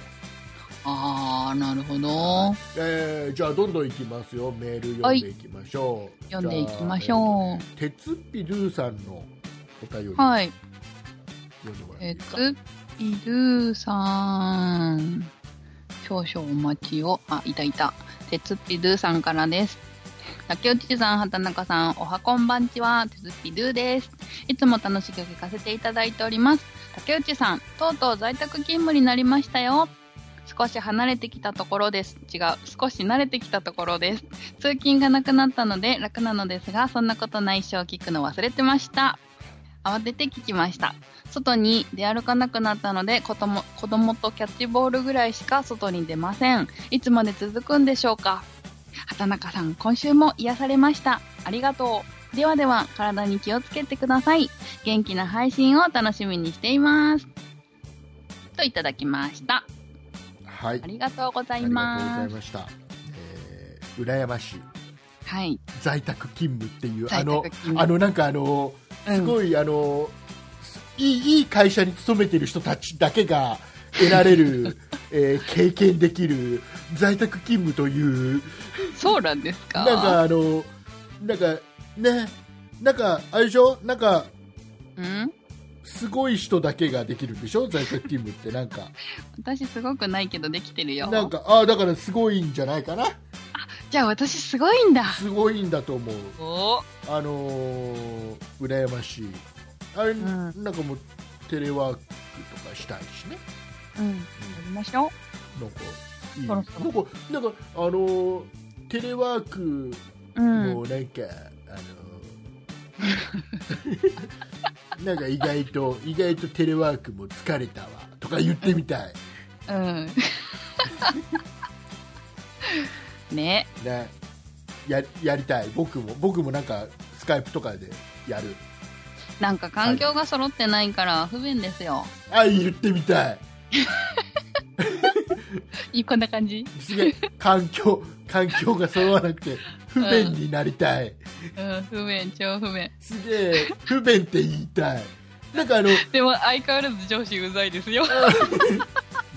ああなるほどえーじゃあどんどんいきますよメール読んでいきましょう読んでいきましょうじゃあえーとね鉄っぴるーさんのお便り読はいんでもらっていえいですか、つピルーさん少々お待ちをあいたいた鉄ピルーさんからです竹内さん、畑中さん、おはこんばんちは、鉄ピルーです。いつも楽しく聞かせていただいております。竹内さん、とうとう在宅勤務になりましたよ。少し離れてきたところです。違う、少し慣れてきたところです。通勤がなくなったので楽なのですが、そんなことないしを聞くの忘れてました。慌てて聞きました。外に出歩かなくなったので子供子供とキャッチボールぐらいしか外に出ませんいつまで続くんでしょうか畑中さん、今週も癒されました。ありがとう。ではでは、体に気をつけてください。元気な配信を楽しみにしています。といただきました。はいありがとうござあいりがとまうございす。ました、えー、羨ましいはい。在宅勤務っていうあ在の宅勤務あのなんかあのうんすごい、あのいいいい会社に勤めている人たちだけが得られる、 えー経験できる在宅勤務というそうなんですかなんかあのなんかねなんかあれでしょなんかうんすごい人だけができるんでしょ在宅勤務ってなんか私すごくないけどできてるよ。なんかああだからすごいんじゃないかなじゃあ私すごいんだ。すごいんだと思うおーあのー、羨ましいあれ、んなんかもうテレワークとかしたいしねうん。やりましょう。なんかいいそなろんそかろなんかあのーテレワークうん。もなんか、あの ーなんか意外と意外とテレワークも疲れたわとか言ってみたい、うん。 ね。ねややりたい僕も僕もなんかスカイプとかでやるなんか環境が揃ってないから不便ですよ。あ言ってみたいいい、こんな感じすげえ環境環境が揃わなくて不便になりたい、うん、不便、超不便。すげえ不便って言いたいなんかあのでも相変わらず上司うざいですよ。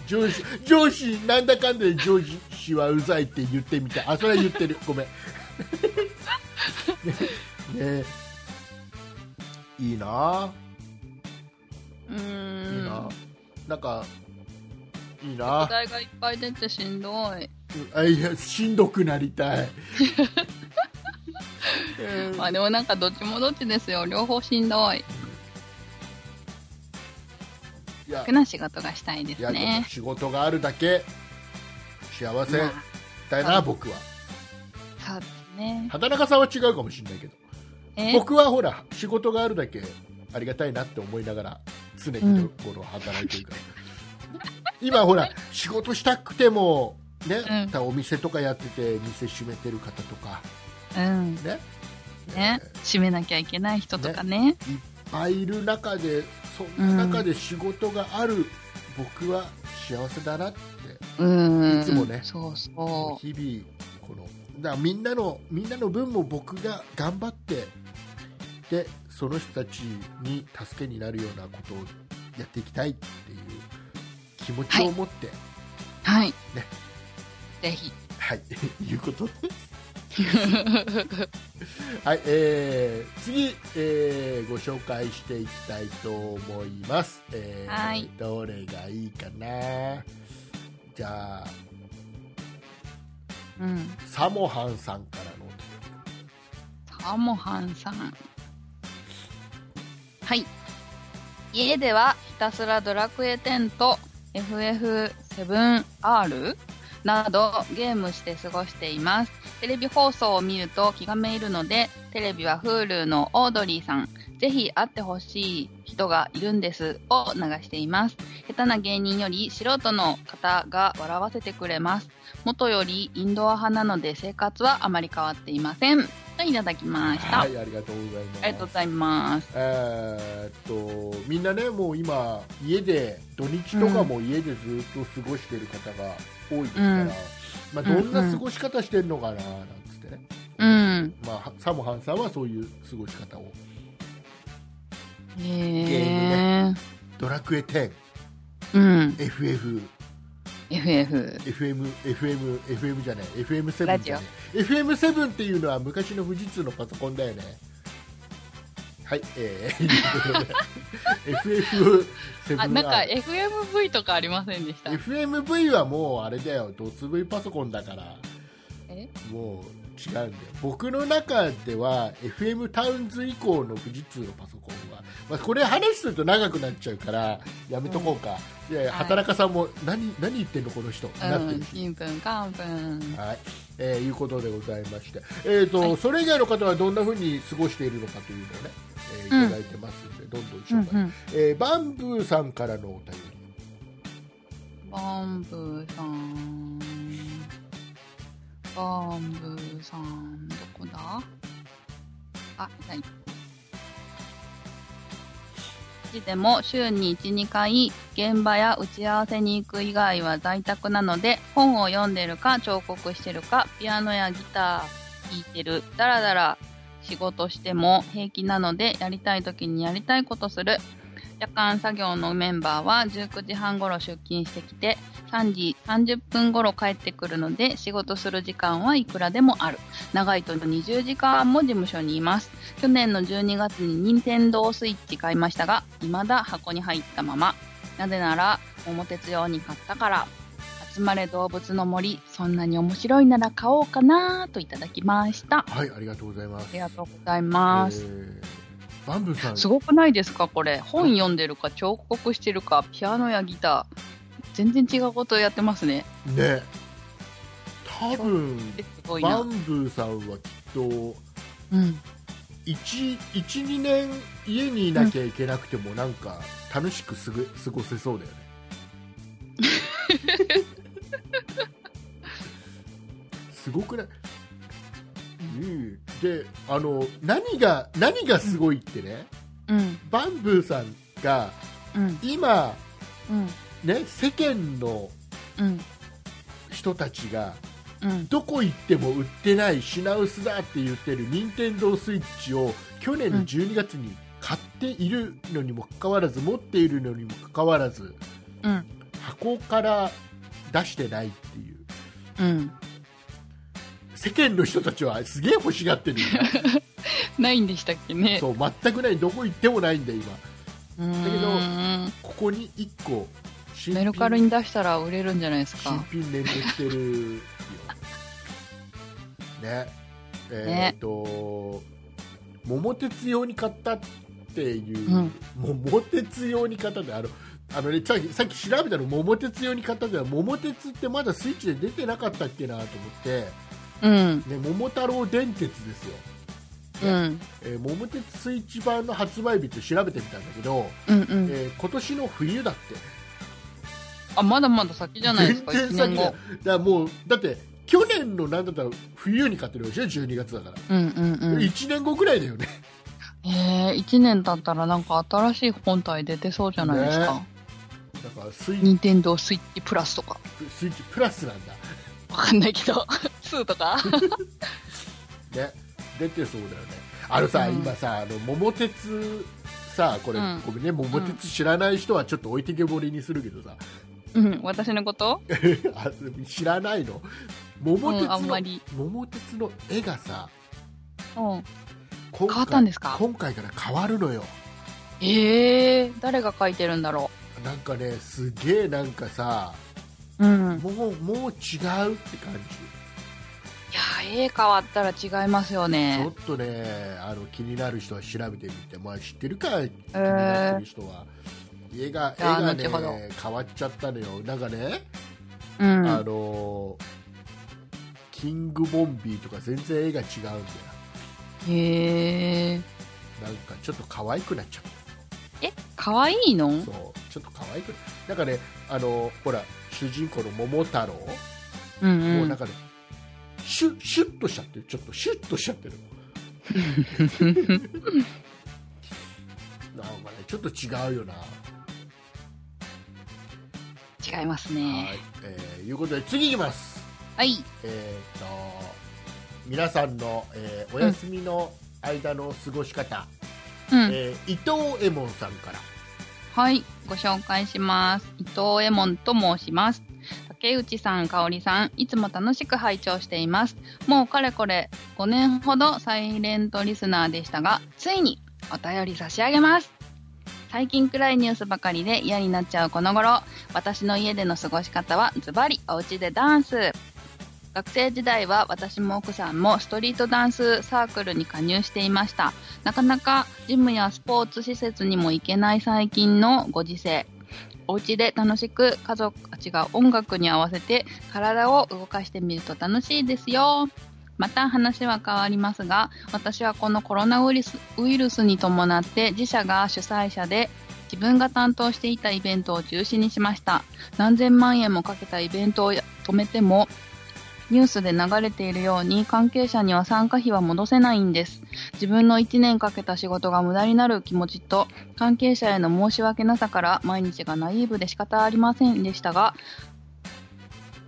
上司上司なんだかんだで上司はうざいって言ってみたいあそれは言ってるごめん ねねいいなういいーな、ん。なんかいい課な題がいっぱい出てしんどい。あいやしんどくなりたい、えー まあでもなんかどっちもどっちですよ。両方しんどい。いや楽な仕事がしたいでいすや、でもね。仕事があるだけ幸せまだはな、い僕はあそうですね。畑中さんは違うかもしれないけどえ僕はほら仕事があるだけありがたいなって思いながら常日うん頃働いてるから、今ほら仕事したくてもね、うお店とかやってて店閉めてる方とかうん。ねねえ。閉めなきゃいけない人とかね。いっぱいいる中でそんな中で仕事がある、僕は幸せだなってうん。いつもねそうそ日々このだからみんなのみんなの分も僕が頑張ってでその人たちに助けになるようなことをやっていきたいっていう気持ちを持ってう。はい。ねぜひ。はい、いうことではい、えー次、えーご紹介していきたいと思います、えーはいどれがいいかなじゃあうん。サモハンさんからのお便りサモハンさん。はい。家ではひたすらドラクエ10と FF7R などゲームして過ごしています。テレビ放送を見ると気がめいるので、テレビは Hulu のオードリーさん、ぜひ会ってほしい人がいるんですを流しています。下手な芸人より素人の方が笑わせてくれます。元よりインドア派なので生活はあまり変わっていません。といただきました。はい、ありがとうございますありがとうございます。えーっとみんなね、もう今、家で土日とかも家でずっと過ごしてる方が多いですから、うんまあ、どんな過ごし方してるのかななんつってね、うん。まあ、サモハンさんはそういう過ごし方を、へえ。ードラクエ10、うん。 FF、 FF。 FM、FM、FM じゃない、ラ FM7 ジじオゃない、FM7 っていうのは昔の富士通のパソコンだよね。はい、え ー、いうことで FF7 あ、なんか FMV とかありませんでした。 FMV はもうあれだよドツ V パソコンだからえもう違うんだよ僕の中では FM タウンズ以降の富士通のパソコンは、まあ、これ話すると長くなっちゃうからやめとこうか、いやいやはい働かさんも何何言ってんのこの人、なってうるん。し金分、漢分。はい、えーいうことでございまして、えーとはいそれ以外の方はどんな風に過ごしているのかというのをね、えーいただいてますんで、どんどんうんう紹介、ん。えーバンブーさんからのお便りバンブーさん。バンブーさん、どこだあ、ない。いつでも週に1、2回、現場や打ち合わせに行く以外は在宅なので、本を読んでるか、彫刻してるか、ピアノやギター弾いてる、だらだら仕事しても平気なので、やりたい時にやりたいことする。夜間作業のメンバーは19時半頃出勤してきて、3時30分頃帰ってくるので仕事する時間はいくらでもある長いと20時間も事務所にいます去年の12月に任天堂スイッチ買いましたが未だ箱に入ったままなぜなら桃鉄用に買ったから集まれ動物の森そんなに面白いなら買おうかなといただきましたあはい、ありがとうございます。りがとうございます、えーバンブーさん、すごくないですかこれ本読んでるか彫刻してるかピアノやギター全然違うことやってますねね、多分えすごいバなンブーさんはきっとうん1、1 2年家にいなきゃいけなくても、なんか楽しくすぐ過ごせそうだよ ね。すごくないうんであの何が何がすごいってね、うんバンブーさんがうん今、うんね、世間のうん人たちがうんどこ行っても売ってない品薄だって言ってる任天堂スイッチを去年の12月に買っているのにもかかわらず持っているのにもかかわらずうん箱から出してないっていううん世間の人たちはすげえ欲しがってるよねないんでしたっけ ねそう全くないどこ行ってもないんだ今うーんだけどここに1個新メルカリに出したら売れるんじゃないです新か品連結してるよねえっ、と桃鉄用に買ったっていう、うん桃鉄用に買ったってあのあのね、さっきさっき調べたの桃鉄用に買ったってのは桃鉄ってまだスイッチで出てなかったっけなと思って、うんね、桃太郎電鉄ですよ、うんえー桃鉄スイッチ版の発売日って調べてみたんだけど、うんうんえー今年の冬だってあまだまだ先じゃないですか全1然先年だ後よだからもうだって去年のなんだったら冬に買ってるわけでしょ12月だから、うんうんう1年後くらいだよねんへえ1年経ったらなんか新しい本体出てそうじゃないですかねだからスイ任天堂スイッチプラスとかスイッチプラスなんだわかんないけど 2とかね出てそうだよねあのさ、うん今さあの桃鉄さこれ、うんごめんね桃鉄知らない人はちょっと置いてけぼりにするけどさ、 うん私のことあ知らないの桃鉄うんあんの、まり桃鉄の絵がさうん今変わったんですか今回から変わるのよええ誰が書いてるんだろなんかねすげえなんかさううんもうもう違うって感じ、いやー絵変わったら違いますよねちょっとねあの気になる人は調べてみて、まあ、知ってるか気になってる人は、絵が絵じゃあが後ほどね変わっちゃったのよなんかね、うんあのキングボンビーとか全然絵が違うんだよへえなんかちょっと可愛くなっちゃっえ可愛いのたそうちょっと可愛くななんかねあのほら主人公の桃太郎、うんもううんなんかねシュシュッとしちゃってるちょっとシュッとしちゃってる なんかねちょっと違うよな、違いますはねいえーいうことで次いきますはいえー、と皆さんの、えーお休みの間の過ごし方、うんえー伊藤右衛門さんからはいご紹介します伊藤右衛門と申します竹内さん、香織さん、いつも楽しく拝聴しています。もうかれこれ5年ほどサイレントリスナーでしたが、ついにお便り差し上げます。最近暗いニュースばかりで嫌になっちゃうこの頃、私の家での過ごし方はズバリお家でダンス。学生時代は私も奥さんもストリートダンスサークルに加入していました。なかなかジムやスポーツ施設にも行けない最近のご時世。お家で楽しく家族あ違う音楽に合わせて体を動かしてみると楽しいですよまた話は変わりますが私はこのコロナウイルスウイルスに伴って自社が主催者で自分が担当していたイベントを中止にしました何千万円もかけたイベントをや止めてもニュースで流れているように関係者には参加費は戻せないんです自分の1年かけた仕事が無駄になる気持ちと関係者への申し訳なさから毎日がナイーブで仕方ありませんでしたが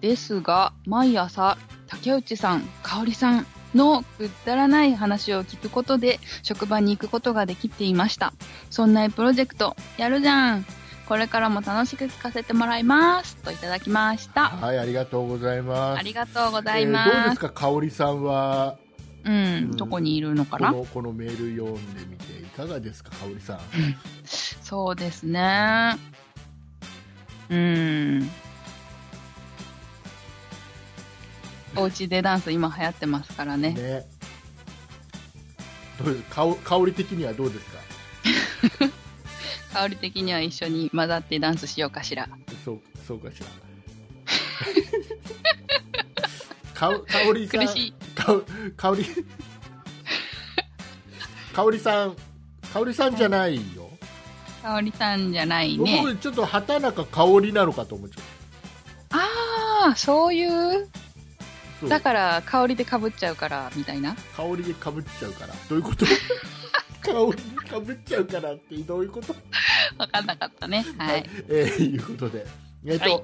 ですが毎朝竹内さん香織さんのくだらない話を聞くことで職場に行くことができていましたそんなプロジェクトやるじゃんこれからも楽しく聞かせてもらいますといただきましたはい、ありがとうございます。ありがとうございま、えーどうですすか、香織さんは、うんどこにいるのかこなのこのメール読んでみて、いかがですか、香織さん。そうですねうんおうちでダンス今流行ってますからねね。どうですか、香香り的にはどうですか。香り的には一緒に混ざってダンスしようかしらそう、そ うかしら。か、香りさん苦。しいか、香り。香りさん。香りさんじゃないよ。香りさんじゃないね僕ちょっと畑中香りなのかと思っちゃああそういううそう。だから香りでかぶっちゃうからみたいな香りでかぶっちゃうからどういうこと 香りでかぶっちゃうからってどういうこと、分かんなかったねはいえーいうことでえっ、と、はい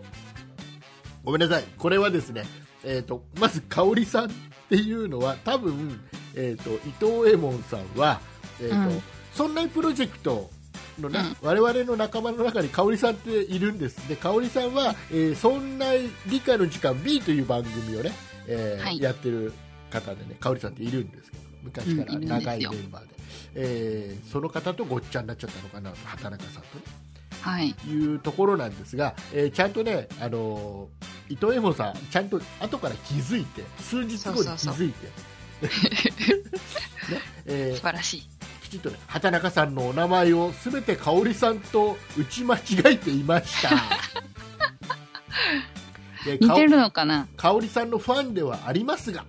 ごめんなさいこれはですねえっ、とまず香りさんっていうのは多分えっ、と伊藤右衛門さんはえっ、と、うんそんなプロジェクトのね、うん我々の仲間の中に香織さんっているんですで香織さんは、えーそんな理科の時間 B という番組をね、えーはいやってる方でね香織さんっているんですけど昔からうんいるんです長いメよンバーで、えーその方とごっちゃになっちゃったのかなと畑中さんと、ね、はいいうところなんですが、えーちゃんとね、あのー伊藤右衛門さんちゃんと後から気づいて数日後に気づい て。ねえ素ー晴らしいきちっとね畑中さんのお名前をすべて香織さんと打ち間違えていま したで似かてるのかな香織さんのファンではありますが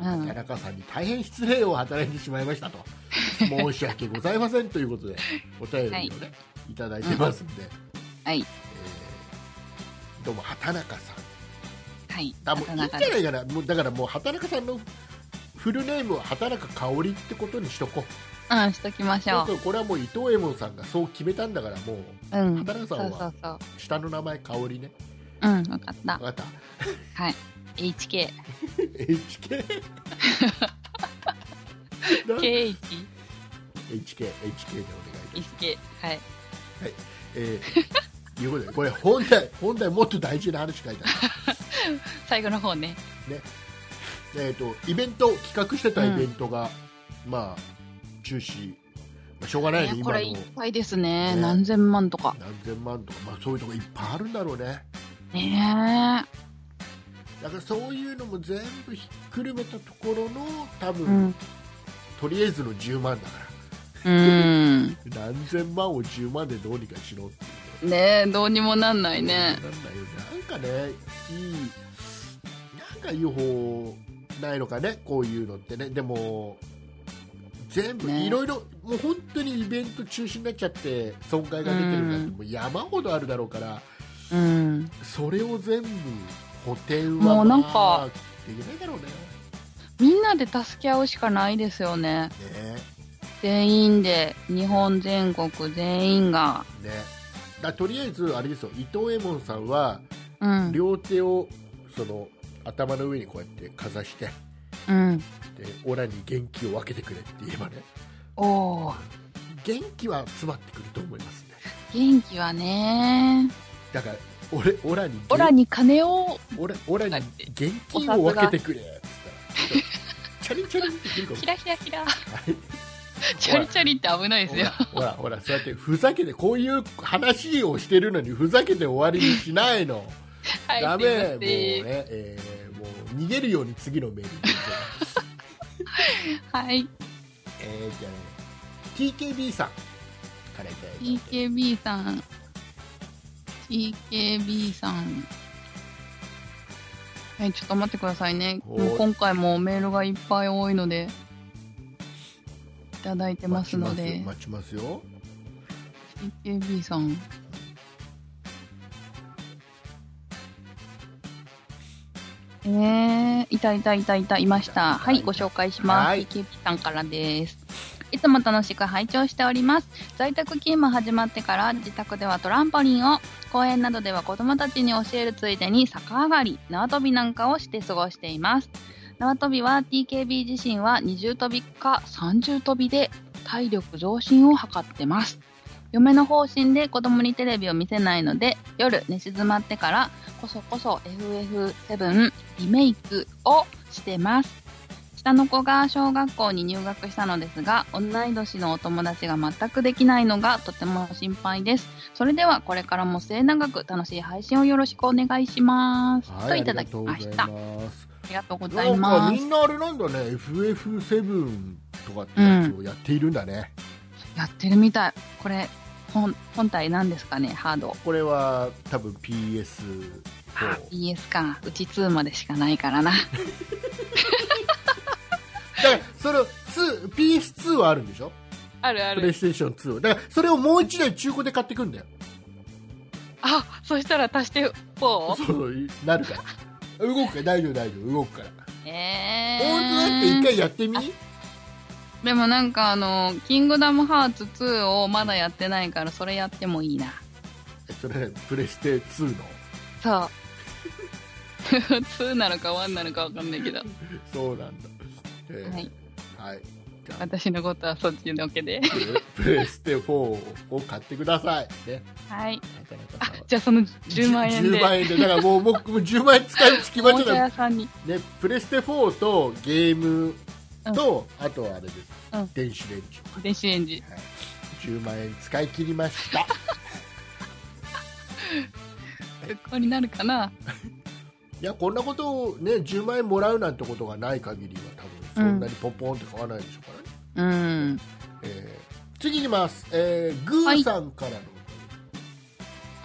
う田ん中さんに大変失礼を働いてしまいまし たと申し訳ございませんということでお便りをね、はいい、ただいてますんで、はいえーどうも畑中さんはいあもういいんじゃなかなかないかなもうだからもう畑中さんのフルネームは畑中香織ってことにしとこううんしときましょそうそうこれはもう伊藤右衛門さんがそう決めたんだからもうううん畑中そさんうそはうそう下の名前香織ねうん分かった分か ったはい HK HK KHSK HKHK でお願いいたします、はいえーいうことでこれ本題本題もっと大事な話書い てあ最後の方ねるえっとイベント企画してたイベントが、まあ中止、まあ、しょうがないねねこ今のれいっぱいですねね何千万とか何千万とか、まあ、そういうとこいっぱいあるんだろうねねだからそういうのも全部ひっくるめたところの多え分、うんとりあえずの10万だからうん何千万を10万でどうにかしろっていうねえどうにもなんないねなんだよなんかねいいなんかいい方ないのかねこういうのってねでも全部ねいろいろもう本当にイベント中止になっちゃって損害が出てるなんてもう山ほどあるだろうからうんそれを全部補填はもうなんかまあできないだろうねみんなで助け合うしかないですよねね全員で日本全国全員がねだからとりあえずあれですよ伊藤右衛門さんはうん両手をその頭の上にこうやってかざしてうんでオラに元気を分けてくれって言えばねおお元気は詰まってくると思いますね元気はねだから俺オラにオラにに金をオラオラに現金を分けてくれっつったらチャリンチャリンってくるかもキラキラキラ はいチャリチャリって危ないですほらよほらほらそうやってふざけてこういう話をしてるのにふざけて終わりにしないのはいダメもうね、すいまえーもう逃げるように次のメールに行くせんはいえー、じゃあね TKB さんからいただいた TKB さん TKB さんはいちょっと待ってくださいねおーもう今回もメールがいっぱい多いのでいただいてますので待ちますよ待ちますよ TKB さんえー、いたいたいたいた、いました。はい、ご紹介します。はい KKP さんからです。いつも楽しく拝聴しております。在宅勤務始まってから自宅ではトランポリンを、公園などでは子供たちに教えるついでに逆上がり、縄跳びなんかをして過ごしています。縄跳びは TKB 自身は二重跳びか三重跳びで体力増進を図ってます。嫁の方針で子供にテレビを見せないので、夜寝静まってからこそこそ FF7 リメイクをしてます。下の子が小学校に入学したのですが、同い年のお友達が全くできないのがとても心配です。それではこれからも末永く楽しい配信をよろしくお願いします。といただきました。あありがとうございりがとうござますないんかまみす。んなあれなんだね FF7 とかってやつをやっているんだね、やってるみたい。これ、本、本体なんですかね、ハード。これは多分 PS4 PS か。うち2までしかないからな。だからその2 PS2 はあるんでしょあるあプレイ。ステーション2だからそれをもう一台中古で買ってくんだよあ、そしたら足して 4? そうなるか ら動くから大丈夫大丈夫動くからえー。本当だって一回やってみでもなんかあの、キングダムハーツ2をまだやってないから、それやってもいいな。それプレステ2のそう。2なのか1なのかわかんないけど。そうなんだ、えーはい。はいじゃあ私のことはそっちのけで。プレステ4を買ってくださいねはい。なかなかあさ、じゃあその10万円で。 10万円でだからもう僕もう10万円使い道決まおっもちちゃゃっ屋さんに。た、ね、プレステ4とゲームと、あとはあれです、うん電子レンジ電子レンジ。はい、10万円使い切りました復興になるかないやこんなことをね10万円もらうなんてことがない限りは多分そんなにポンポンって買わないでしょうからね、うん。えー次いきます、えー、グーさんからの、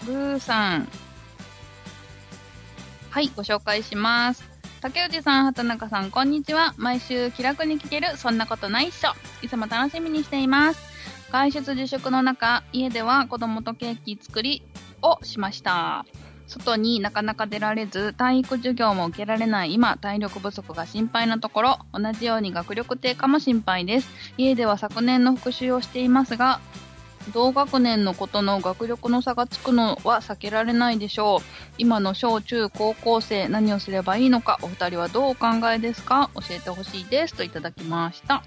ブーさん。はい、ご紹介します。竹内さん、畑中さん、こんにちは。毎週気楽に聞ける、そんなことないっしょ。いつも楽しみにしています。外出自粛の中、家では子供とケーキ作りをしました。外になかなか出られず、体育授業も受けられない今、体力不足が心配なところ、同じように学力低下も心配です。家では昨年の復習をしていますが、同学年の子との学力の差がつくのは避けられないでしょう今の小中高校生何をすればいいのかお二人はどうお考えですか教えてほしいですといただきました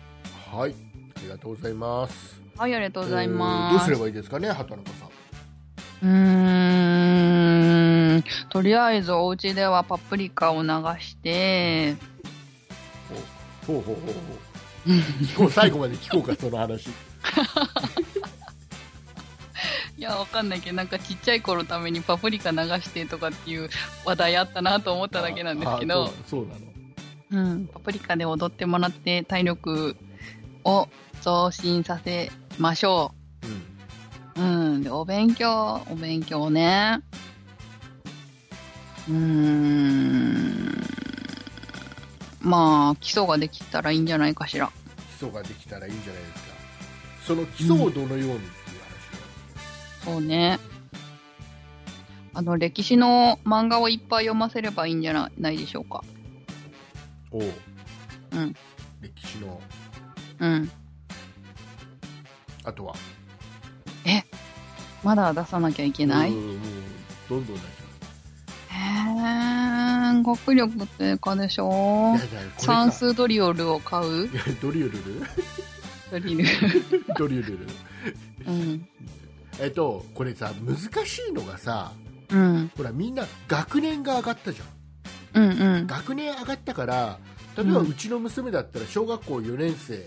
はいありがとうございますはいありがとうございえーどまうすうすればいいですかね畑中さんーんとりあえずお家ではパプリカを流してほうほうほうほう聞こう最後まで聞こうかその話いやわかんないけどなんかちっちゃい頃のためにパプリカ流してとかっていう話題あったなと思っただけなんですけあどあそうなのそうなのうん、パプリカで踊ってもらって体力を増進させましょうんう。うん、でお勉強、お勉強ね。うーん。まあ、基礎ができたらいいんじゃないかしら。基礎ができたらいいんじゃないですかその基礎をどのようにっていうそうね。あの、歴史の漫画をいっぱい読ませればいいんじゃなないでしょうか。話を、うんお歴史のうん。あとはまだ出さなきゃいけない。うへんもうどんどん出しー、学力低下でしょますいやいやこれさ算数ドリオルを買ういや ドリュルルドリル。ドリュルルうん。えっとこれさ難しいのがさうん。ほらみんな学年が上がったじゃんうんうん。学年上がったから例えばううんちの娘だったら小学校4年生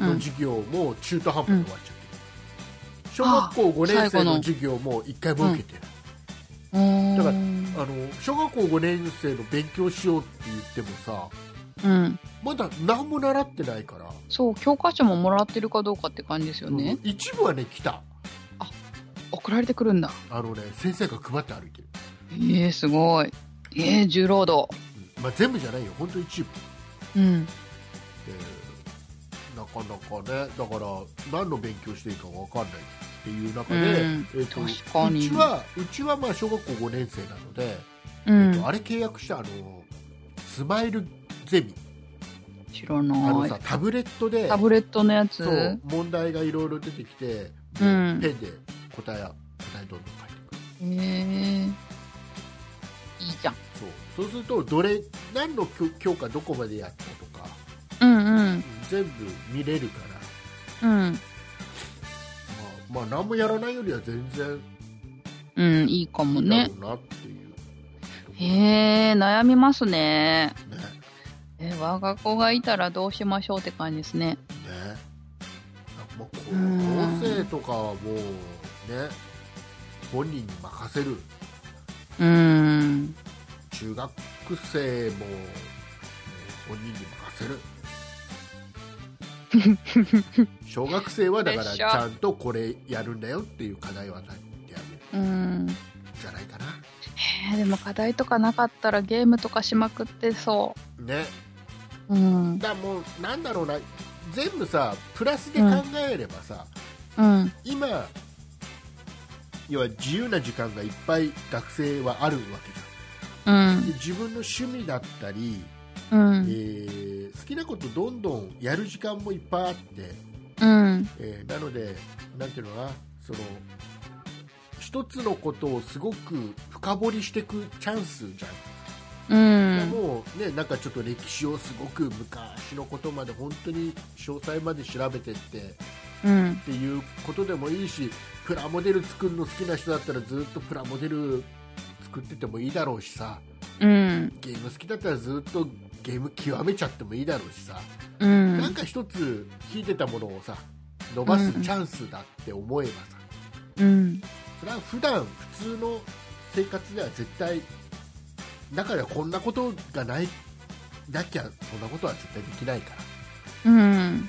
の授業も中途半端で終わっちゃってる、小学校5年生の授業も1回も受けてないうん。だからあの小学校5年生の勉強しようって言ってもさうん。まだ何も習ってないから、そう、教科書ももらってるかどうかって感じですよね。うん一部はね来た送られてくるんだ。あのね先生が配って歩いてる、ええすごい。ええ重労働。うんまあ、全部じゃないよ本当一部、うん。えーなかなかねだから何の勉強していいか分かんないっていう中うで、んえーと確かにうちはうちはまあ小学校5年生なので、うえーんと。あれ契約したあのスマイルゼミ知らあのさない。タブレットでタブレットのやつそう問題がいろいろ出てきて、でうんペンで答えや答えどんどん書いてくるへえ。いいじゃん。そうそうするとどれ何の教教科どこまでやったとかうん全部見れるから、うん。うん。まあ、まあ何もやらないよりは全然うん、いいかもだねろ。うなっていう、へえ、悩みますね。ねえ、我が子がいたらどうしましょうって感じですね。ねもうこううん構成とかはもうね本人に任せるうーん。中学生も、ね本人に任せる 小学生はだからでちしょゃんとこれやるんだよっていう課題は与えてあげるうーん。んじゃないかなへえ、でも課題とかなかったらゲームとかしまくってそねう。うん。だからもうなんだろうな全部さプラスで考えればさ、うん。今要は自由な時間がいっぱい学生はあるわけじゃんうでん。自分の趣味だったり、うえん。ー好きなことどんどんやる時間もいっぱいあって、うん。えーなのでなんていうのかなその一つのことをすごく深掘りしていくチャンスじうゃん、ん。もうねなんかちょっと歴史をすごく昔のことまで本当に詳細まで調べてってっうん。ていうことでもいいしプラモデル作るの好きな人だったらずっとプラモデル作っててもいいだろうしさ、うん。ゲーム好きだったらずっとゲーム極めちゃってもいいだろうしさ、うなんん。か一つ引いてたものをさ伸ばすチャンスだって思えばさ、うん。それは普段普通の生活では絶対中ではこんなことがないなきゃそんなことは絶対できないからうん。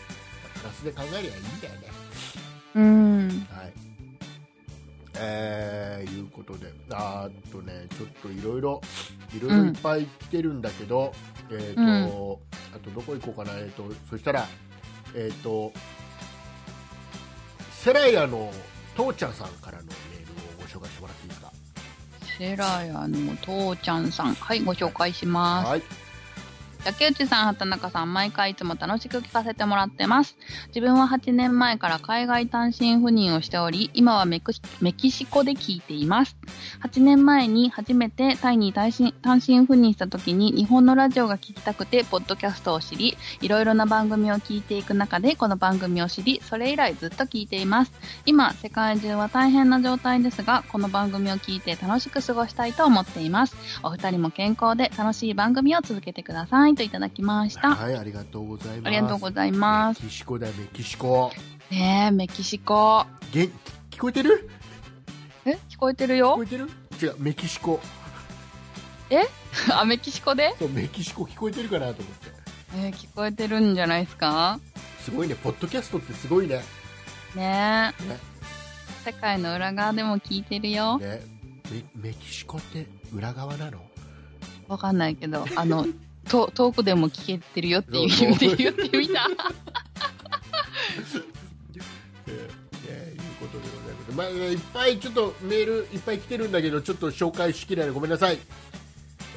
プラスで考えればいいんだよねうん。はいえー、いうことであーっとねちょっといろいろいろいろいっぱい来てるんだけど、えーとあとどこ行こうかなえーとそしたらえーとセラヤの父ちゃんさんからのメールをご紹介してもらっていいですかセラヤの父ちゃんさん。はい、ご紹介します。はい竹内さん、畑中さん、毎回いつも楽しく聞かせてもらってます。自分は8年前から海外単身赴任をしており、今はメクシメキシコで聞いています。8年前に初めてタイに単身単身赴任した時に日本のラジオが聞きたくて、ポッドキャストを知り、いろいろな番組を聞いていく中で、この番組を知り、それ以来ずっと聞いています。今、世界中は大変な状態ですが、この番組を聞いて楽しく過ごしたいと思っています。お二人も健康で楽しい番組を続けてくださいといただきました。はいありがとうございますありがとうございます。メキシコだよメキシコねえ、メキシコ。げん聞こえてるえ、聞こえてる聞こよえてる違うメキシコあ、メキシコでそうメキシコ聞こえてるかなと思ってえー聞こえてるんじゃないですかすごいねポッドキャストってすごいねねねえ。世界の裏側でも聞いてるよ。ね、メメキシコって裏側なのわかんないけど、あ の、と遠くでも聞けてるよっていう意味で言ってみ た。えーえーいうことでございます、まあえー、いっぱいちょっとメールいっぱい来てるんだけどちょっと紹介しきれないごめんなさい、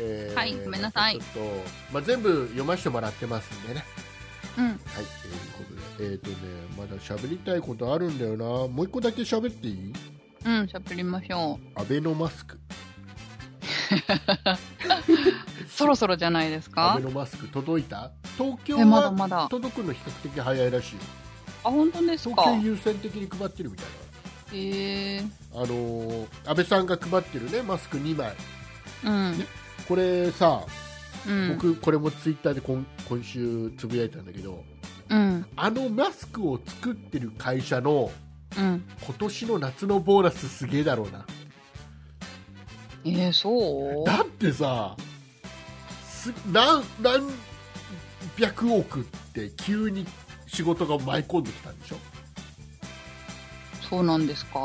えはいごめんなさいまたちょっと、まあ、全部読ませてもらってますんでねうん。はいと、いうことでえっ、とねまだ喋りたいことあるんだよなもう一個だけ喋っていいうん、喋りましょアベノマスクう。そろそろじゃないですアかベノマスク届いた東京え、まだはまだ。あ、届くの比較的早いらしいよ本当ですか東京優先的に配ってるみたいなへえあのー安倍さんが配ってるねマスク2枚うん。これさ、うん。僕これもツイッターで今今週つぶやいたんだけどうん。あのマスクを作ってる会社のうん。今年の夏のボーナスすげえだろうなえー、そうだってさす何何百億って急に仕事が舞い込んできたんでしょ、そうなんですか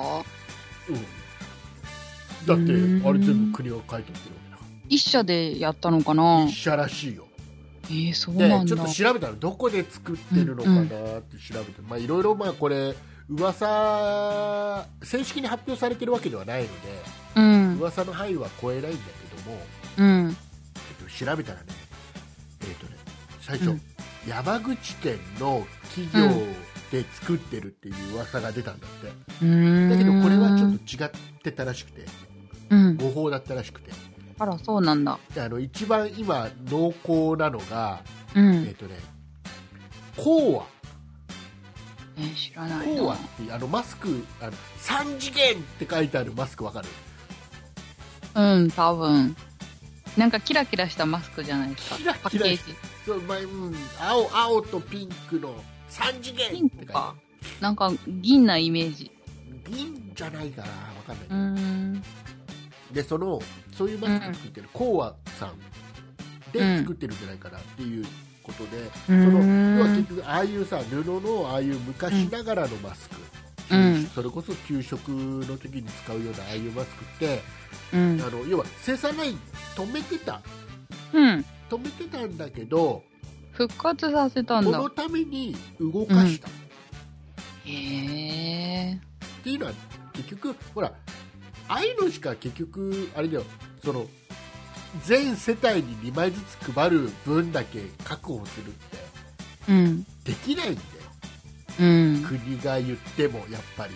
うん、だっうーんてあれ全部国が買い取ってるわけだか一社でやったのからな一社らしいよえー、そうでなんちょっだと。調べたらどこで作ってるのかなって調べて、まあいろいろまあこれ噂正式に発表されてるわけではないのでうん。噂の範囲は超えないんだけども、うん。えっと、調べたらね最初、うん山口県の企業で作ってるっていう噂が出たんだって、だだけどこれはちょっと違ってたらしくてうん、誤報だったらしくてあらそうなんだあの一番今濃厚なのが、うえっ、ん、とねコーえー知らアないコなーアってあのマスクあの3次元って書いてあるマスクわかるうん多分なんかキラキラしたマスクじゃないですかキラパキッラケーしジそうまあうん、青青とピンクの3次元っピて書いンてクあかなんか銀なイメージる銀じゃないかなわかんないけうど、ーんでそのそういうマスク作ってるコーアさんで作ってるんじゃないかなっていうことで、そその要は結局ああいうさ布のああいう昔ながらのマスク、うんそれこそ給食の時に使うようなああいうマスクって、うんあの要は生産ライン止めてたうん止めてたんだけど復活させたこんだのために動かした、っへえていうのは結局ほらああいうのしか結局あれだよその全世帯に2枚ずつ配る分だけ確保するってうんできないんだようん国が言ってもやっぱり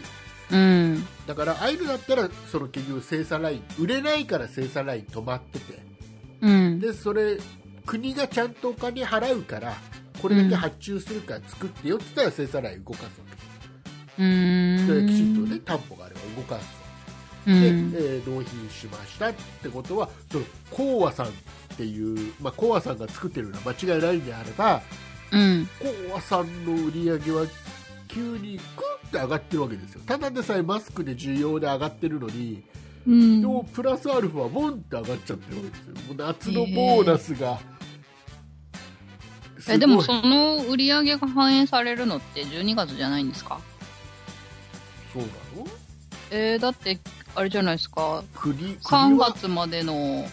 うんだからああいうのだったらその結局生産ライン売れないから生産ライン止まっててうんでそれ国がちゃんとお金払うからこれだけ発注するから作ってよって言ったら生産ライン動かすわうけ、それんきちんとね担保があれば動かすうで、んえー納品しましたってことはそのコーアさんっていう、まあ、コーアさんが作ってるのは間違いないんであればうんコーアさんの売り上げは急にグッて上がってるわけですよただでさえマスクで需要で上がってるのにうんでもプラスアルファはボンって上がっちゃってるわけですよもう夏のボーナスが、すごいえでもその売り上げが反映されるのって12月じゃないんですかそうなのえー、だってあれじゃないですか国国3は月までの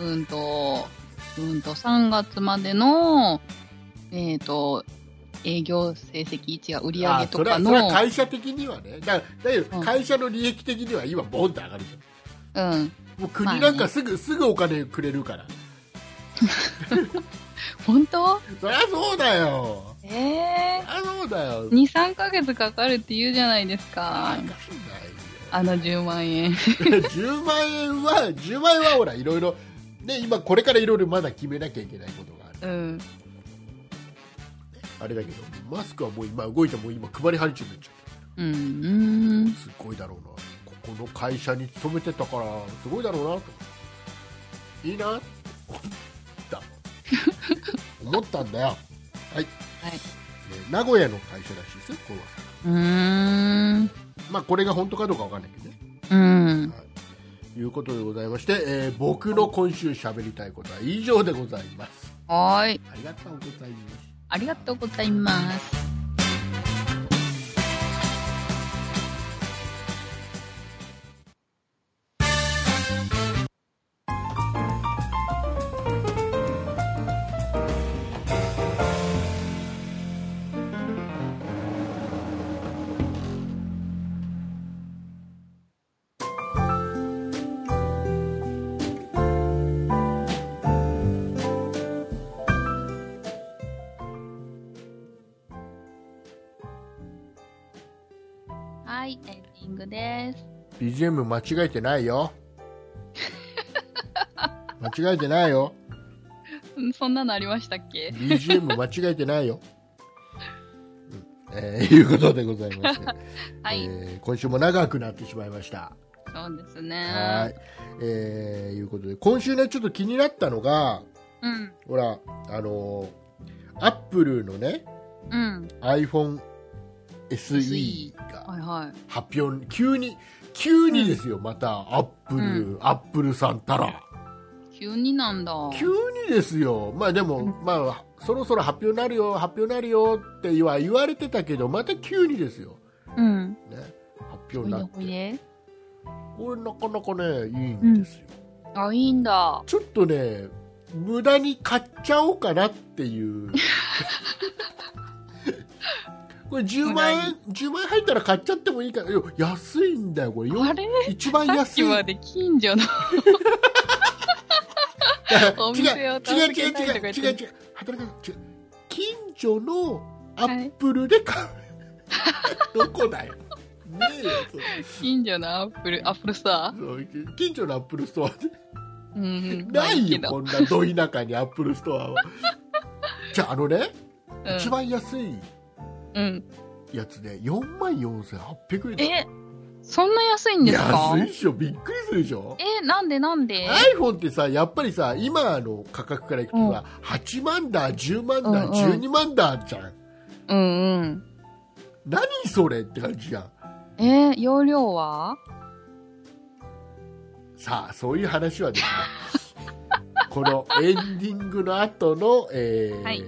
うんとうんと3月までのえっ、と営業成績違う売り上げあそとれはかそれはの会社的にはねだだけどうん会社の利益的には今ボンって上がるじゃんうんもう国なんかすぐ、すぐお金くれるから。本当そりゃそうだよ。えそりゃそうだー、よ。23ヶ月かかるって言うじゃないですわかかんないよ。あの10万 円10万円は、10万円はほら、いろいろ、ね、今これからいろいろまだ決めなきゃいけないことがある。うんあれだけど、マスクはもう今動いてもう今配り始めちゃうんうう。んすっごいだろうな。ここの会社に勤めてたから、すごいだろうなと。いいなって思った。思ったんだよ。はい。はいね名古屋の会社らしいですよ、これは。うーんまあ、これが本当かどうかわかんないけどね。うんということでございまして、えー僕の今週喋りたいことは以上でございます。はーいありがとうございます。ありがとうございます。はい、エンディングです。 BGM 間違えてないよ。間違えてないよ。うんそんなのありましたっけ BGM 間違えてないよ。うんえーいうことでございま して、はい、えー今週も長くなってしまいました。そうですはね。い、えーいうことで今週ねちょっと気になったのがうん、ほらあのアップルのねうん、 iPhone SE がはいはい。発表急に急にですよ、またアップル、アップルさんたら急になんだ。急にですよまあでも、まあそろそろ発表になるよ発表になるよっては言われてたけどまた急にですよ、うん。ね、発表おいにでなっおいてで。これなかなかねいいんですよ、あ、いいんだ。ちょっとね無駄に買っちゃおうかなっていう これ10万円10万円入ったら買っちゃってもいいからいや安いんだよこれよあれ一番安い今まで近所の お違う店を違う助違けうたいとか違う言って違う違う働かない違う近所のアップルで買う、どこだよねえよ近所のアップル、アップルストアその近所のアップルストアでうん。まあないけよどこんなど田舎にアップルストアはじゃああのね、うん一番安いうん。やつで4万4800円え、そんな安いんですか安いっしょびっくりするでしょえ、なんでなんで iPhone ってさやっぱりさ今の価格からいくとさ、8万だ10万だ、うんうん12万だじゃんうんうん。何それって感じじゃんえ、容量はさあそういう話はですねこのエンディングの後の、えーはい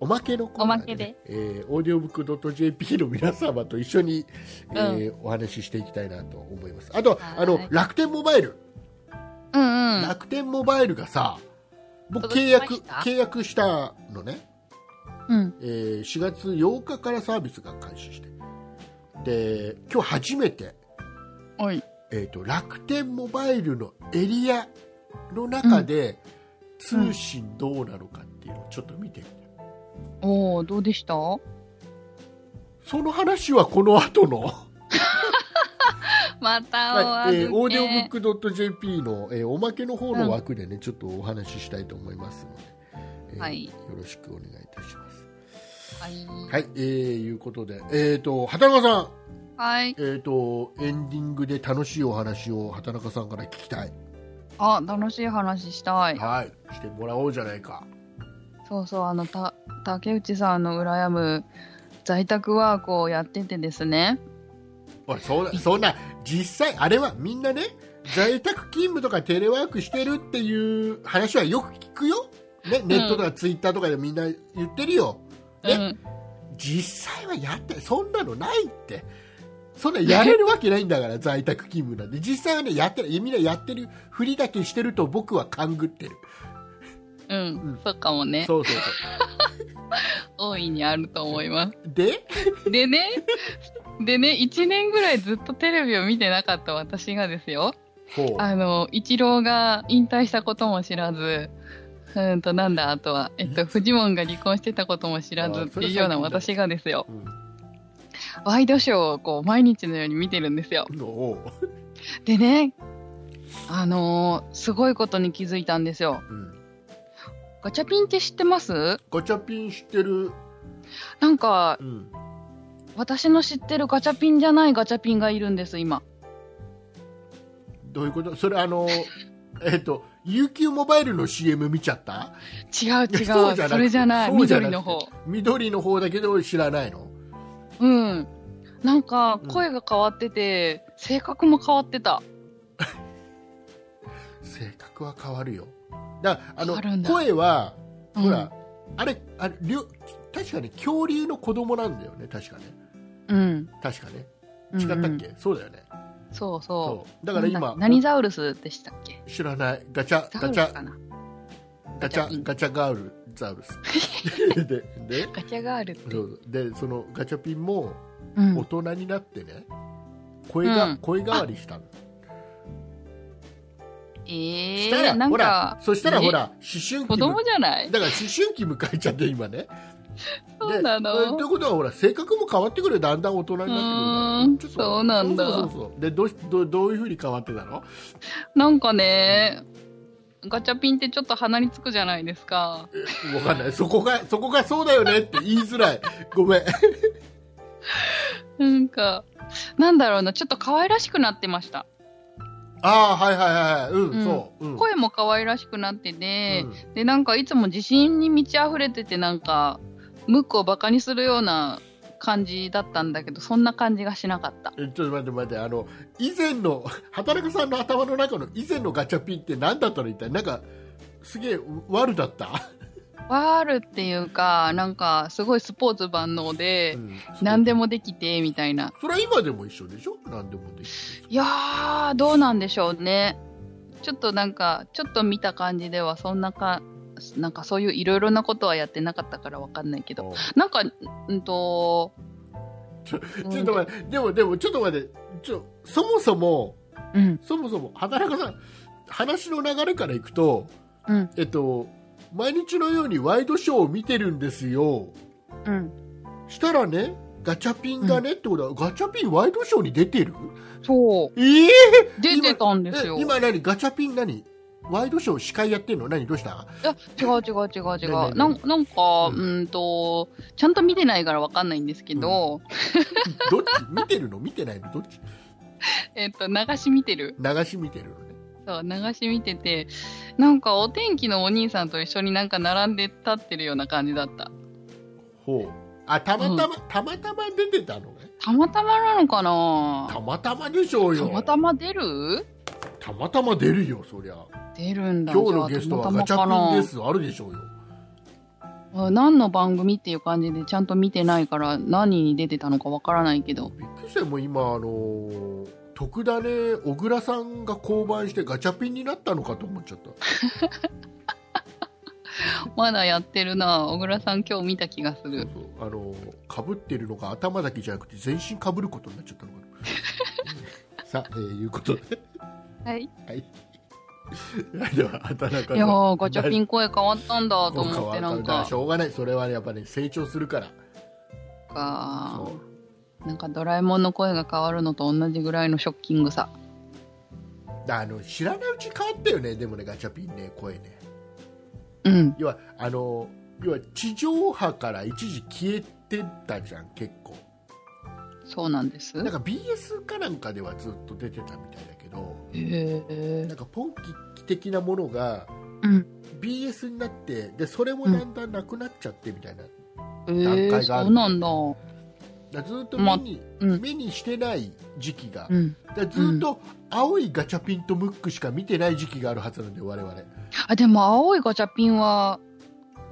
おまけのコーナーで,、ねえーオーディオブックドット JP の皆様と一緒に、えーお話ししていきたいなと思いますあとはいあの楽天モバイル、うんうん。楽天モバイルがさ僕届契きまし約た契約したのね、うん。えー4月8日からサービスが開始してで今日初めておい。えー、と楽天モバイルのエリアの中で通信どうなのかっていうのをちょっと見てみた、おー、どうでしたその話はこの後の、 またお はいえ預ー、けオーディオブックドット JP の、えーおまけの方の枠でね、ちょっとお話ししたいと思いますので、えーはいよろしくお願いいたします。はい。はい、えー、いうことで、えー、と畑中さん、はい。えーと、エンディングで楽しいお話を畑中さんから聞きたい、あ、楽しい話したい。はい、してもらおうじゃないか。そうそう、あの、た、竹内さんの羨む在宅ワークをやっててですね。おいそんなそんな実際あれはみんなね在宅勤務とかテレワークしてるっていう話はよく聞くよ、ね、ネットとかツイッターとかでみんな言ってるよ、ねうん。実際はやってそんなのないってそんなやれるわけないんだから在宅勤務なんで実際はねやってないみんなやってるふりだけしてると僕は勘ぐってるううんん。そうかもね。そうそう大いにあると思います。そうででね、 でね、1年ぐらいずっとテレビを見てなかった私がですよ、ほうあの、一郎が引退したことも知らず、うーんと、なんだ、あとは、えっと、フジモンが離婚してたことも知らずあっそていれうような最近だ私がですよ、うんワイドショーをこう、毎日のように見てるんですよ。のおうでね、あのーすごいことに気づいたんですよ。うんガチャピンって知ってますガチャピン知ってる、なんか、うん、私の知ってるガチャピンじゃないガチャピンがいるんです、今。どういうことそれあの えっと UQ モバイルの CM 見ちゃった違う違いやそうう、じゃなくてそれじゃない、そうじゃ緑なくての方。緑の方だけど知らないのうん。なんかうん声が変わってて、性格も変わってた。性格は変わるよだあ変のわるんだ声はうんほら、あれあれりょ確かね恐竜の子供なんだよね確かねうん。確かねうん違ったっけ、うんそうだよねそうそそうう。だからな今ん何ザウルスでしたっけ知らないガチャザガウチルスかャなガチガチャピャンガチャガールザウル スででガチャガールっそて。うでそのガチャピンもうん大人になってね、声が、うん声変わりしたのえしたー、ら、なんほらか、、そしたらえほら、思春期子供む。じゃないだから思春期迎えちゃって、今ね。 そうなでうんのということは、ほら、性格も変わってくるよだんだん大人になってくるからうーんそうなんだそうそうそうそうで、どうし、どう、どういうふうに変わってたのなんかね、ガチャピンってちょっと鼻につくじゃないですか。えわかんない。そこが、そこがそうだよねって言いづらい。 ごめん。なんか、なんだろうな、ちょっと可愛らしくなってました。ああ、はいはいはいはい。うん、うんそう。うん。声も可愛らしくなってて、うんでなんかいつも自信に満ち溢れててなんかムックをバカにするような感じだったんだけどそんな感じがしなかったえちょっと待って待って、あの、以前の、働くさんの頭の中の以前のガチャピンって何だったの一体。なんか、すげえ、悪だった。ワールっていうかなんかすごいスポーツ万能で、うん何でもできてみたいなそれは今でも一緒でしょ何でもできるいやーどうなんでしょうねちょっとなんかちょっと見た感じではそんなかなんかそういういろいろなことはやってなかったからわかんないけどなんかうんと ちょちょっと待ってでもでもちょっと待ってちょそもそもうんそもそも働かさん話の流れからいくとうんえっと、毎日のようにワイドショーを見てるんですよ。うんしたらね、ガチャピンがね、ってことは、ガチャピンワイドショーに出てるそうええ出てたんですえよ今何ガチャピン何ワイドショー司会やってんの何ど うしたいや違う違う違う違ねえねえねうえなんなんかううんんとちゃんと見てないからわかんないんですけど、どっち見てるの見てないのどっちえっと流し見てる流し見てるのねそう流し見ててなんかお天気のお兄さんと一緒になんか並んで立ってるような感じだったほうあたまたま、たまたま出てたのねたまたまなのかなたまたまでしょうたよまたま出るたまたま出るよそりゃ出るんだ今日のゲストはガチャピンですあるでしょうよあ何の番組っていう感じでちゃんと見てないから何に出てたのかわからないけどびっくりしたよもう今あのー徳田ね小倉さんが降板してガチャピンになったのかと思っちゃったまだやってるな小倉さん今日見た気がすそうるそうあのかぶってるのが頭だけじゃなくて全身かぶることになっちゃったのか なさあ、えー、いうことで、はいはい、では畑中いやーガチャピンン声変わったんだと思ってなんかしょうがないそれはねやっぱね成長するからかそうなんかドラえもんの声が変わるのと同じぐらいのショッキングさだあの知らないうち変わったよねでもねガチャピンね声ねうん要はあの要は地上波から一時消えてたじゃん結構そうなんですなんか BS かなんかではずっと出てたみたいだけどへえなんかポンキ的なものがうん、 BS になってでそれもだんだんなくなっちゃってみたいな、え段階がー、あるそうなんだだからずっと目に,、うん目にしてない時期が、うんだからずっと青いガチャピンとムックしか見てない時期があるはずなんで我々あでも青いガチャピンは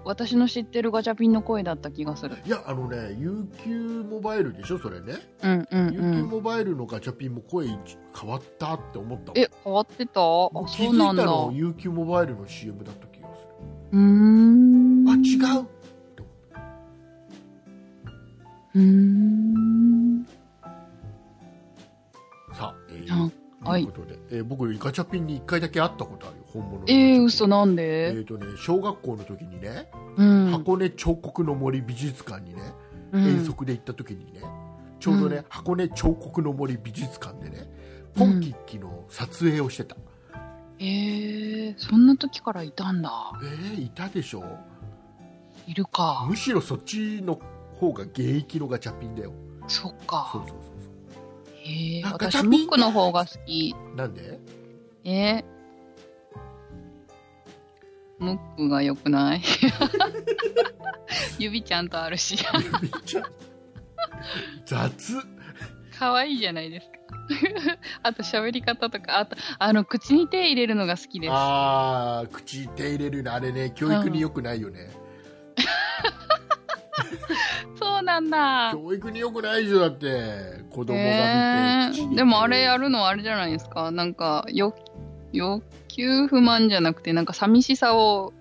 私の知ってるガチャピンの声だった気がするいやあのね UQ モバイルでしょそれね、うんうんう UQ んモバイルのガチャピンも声変わったって思ったもんえ変わってたあもう気そうづなんいだたうの UQ モバイルの CM だった気がするーんあ違ううーんさあ、えーあはいということで、えー僕ガチャピンに1回だけ会ったことあるよ本物のえー、嘘なんえっ、で、とね小学校の時にね、うん、箱根彫刻の森美術館にね、うん遠足で行った時にねちょうどね、うん箱根彫刻の森美術館でねポンキッキの撮影をしてた、えー、そんな時からいたんだえー、いたでしょいるかむしろそっちの方が現役のガチャピンだよそっそうかそうそうそえー、あガチ私ャピンムックの方が好きうなんでえームックが良くない 指ちゃんとあるしめっちゃ雑可愛いじゃないですか。 あと喋り方とか、あと、あの、口に手入れるのが好きです。あー口手入れるのあれね教育に良くないよね、そうなんだ。教育に良くないじゃんだって子供がえ見て、口に手入れー、でもあれやるのはあれじゃないですか。なんか、よ、欲求不満じゃなくて、なんか寂しさを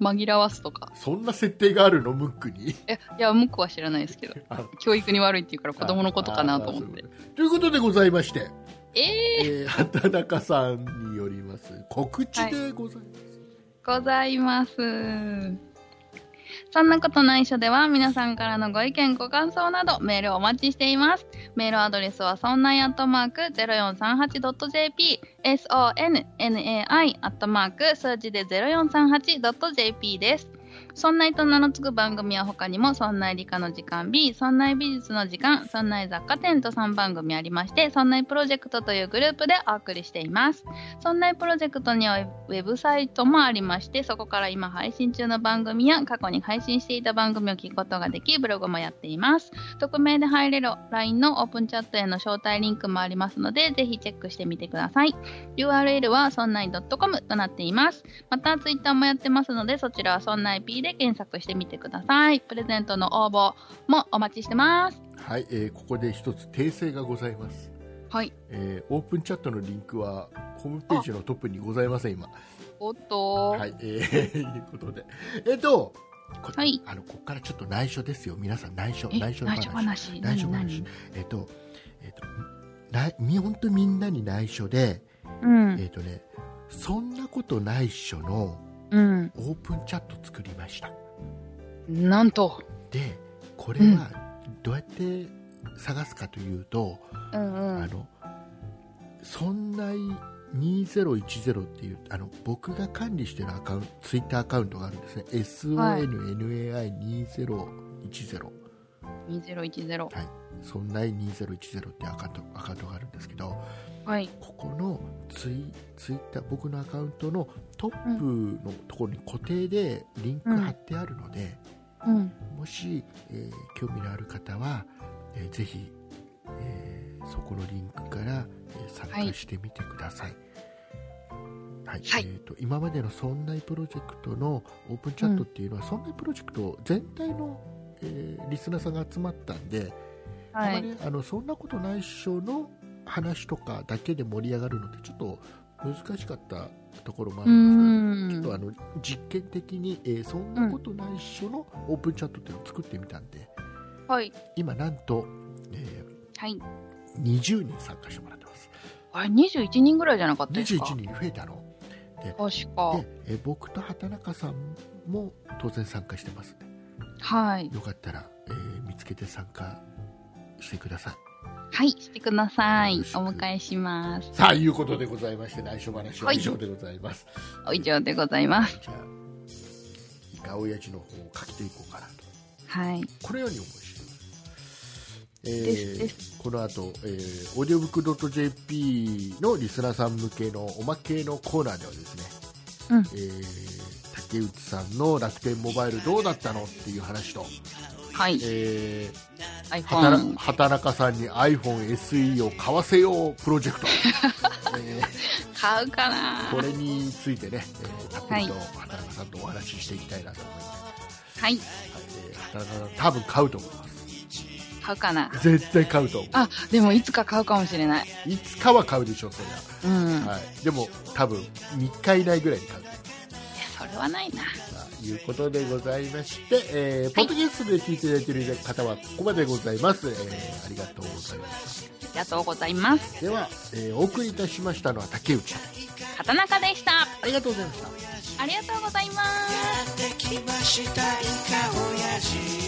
紛らわすとか。そんな設定があるのムックにえ、いや、向こうは知らないですけど あ。教育に悪いっていうから子供のことかなと思っあてー。。そういうことでということでございまして、ええー、畑中さんによります告知でございます。ー、ございます。そんなことないしょでは皆さんからのご意見ご感想などメールをお待ちしています。メールアドレスはそんないアットマーク 0438.jp sonnai アットマーク数字で 0438.jp です。そんないと名の付く番組は他にも、そんない理科の時間 B、そんない美術の時間、そんない雑貨店と3番組ありまして、そんないプロジェクトというグループでお送りしています。そんないプロジェクトにはウェブサイトもありまして、そこから今配信中の番組や過去に配信していた番組を聞くことができ、ブログもやっています。匿名で入れる LINE のオープンチャットへの招待リンクもありますので、ぜひチェックしてみてください。URL はそんない .com となっています。また、Twitter もやってますので、そちらはそんない P で検索してみてください。プレゼントの応募もお待ちしてます。はい、えーここで一つ訂正がございます。はい。えーオープンチャットのリンクはホームページのトップにございません今。おっと、はい、えーいうことで、えっ、と、こはいあのここからちょっと内緒ですよ皆さん内緒え内緒の内緒話。話。内緒何話。えっ、とえっ、とないみ本当みんなに内緒で、何うん。えっ、とねそんなことないっしょのうん。オープンチャット作りましたなんと。でこれはどうやって探すかというと、うんうあん。のそんない2010っていうあの僕が管理してるアカウントツイッターアカウントがあるんですね、はい SONNAI2010、 2010。そんない2010ってアカウントアカウントがあるんですけどはい。ここのツイツイッター僕のアカウントのトップのところに固定でリンク貼ってあるので、うん。もし、えー興味のある方は、えーぜひ、えーそこのリンクから、えー参加してみてください。はいはいえー、と今までの「そんないプロジェクト」のオープンチャットっていうのは、そんないプロジェクト全体の、えーリスナーさんが集まったんで、はたまい。にあのそんなことないっしょの話とかだけで盛り上がるのでちょっと難しかったところもあうるんですけどちょっとん。あの実験的に、えーそんなことないっしょのオープンチャットっていうのを作ってみたんではい。今なんと、えはい。ー20人参加してもらってますあれ、21人ぐらいじゃなかったですか21人増えたの確かで。、えー僕と畑中さんも当然参加してますねはい。よかったら、えー見つけて参加してくださいはい。してください。よおろしく迎えします。さあいうことでございまして内緒話は以上でございます、以上でございます。じゃあイカオヤジの方を書きていこうかなとはい。このように思いしていますえーですでこの後、えー、オーディオブックドット JP のリスナーさん向けのおまけのコーナーではですね、うんえー竹内さんの楽天モバイルどうだったのっていう話と、はい。えー、働 iPhone。畑中さんに iPhoneSE を買わせようプロ ジェクト、えー買うかなこれについてね、えー、たっぷりとは畑中さんとお話ししていきたいなと思います、はい。はいえー畑中さん多分買うと思います買うかな絶対買うと思あ、でもいつか買うかもしれない。ういつかは買うでしょうそりうん。ゃ、いや、はい、でも多分3日以内ぐらいに買うとそれはないな。いうことでございまして、えー、ポッドキャストで聞いていただいている方はここまでございます、えー、ありがとうございましありがとうございます。たでは、えー、お送りいたしましたのは竹内畑中でした。ありがとうございましたありがとうございます。やってきましたイカオヤジ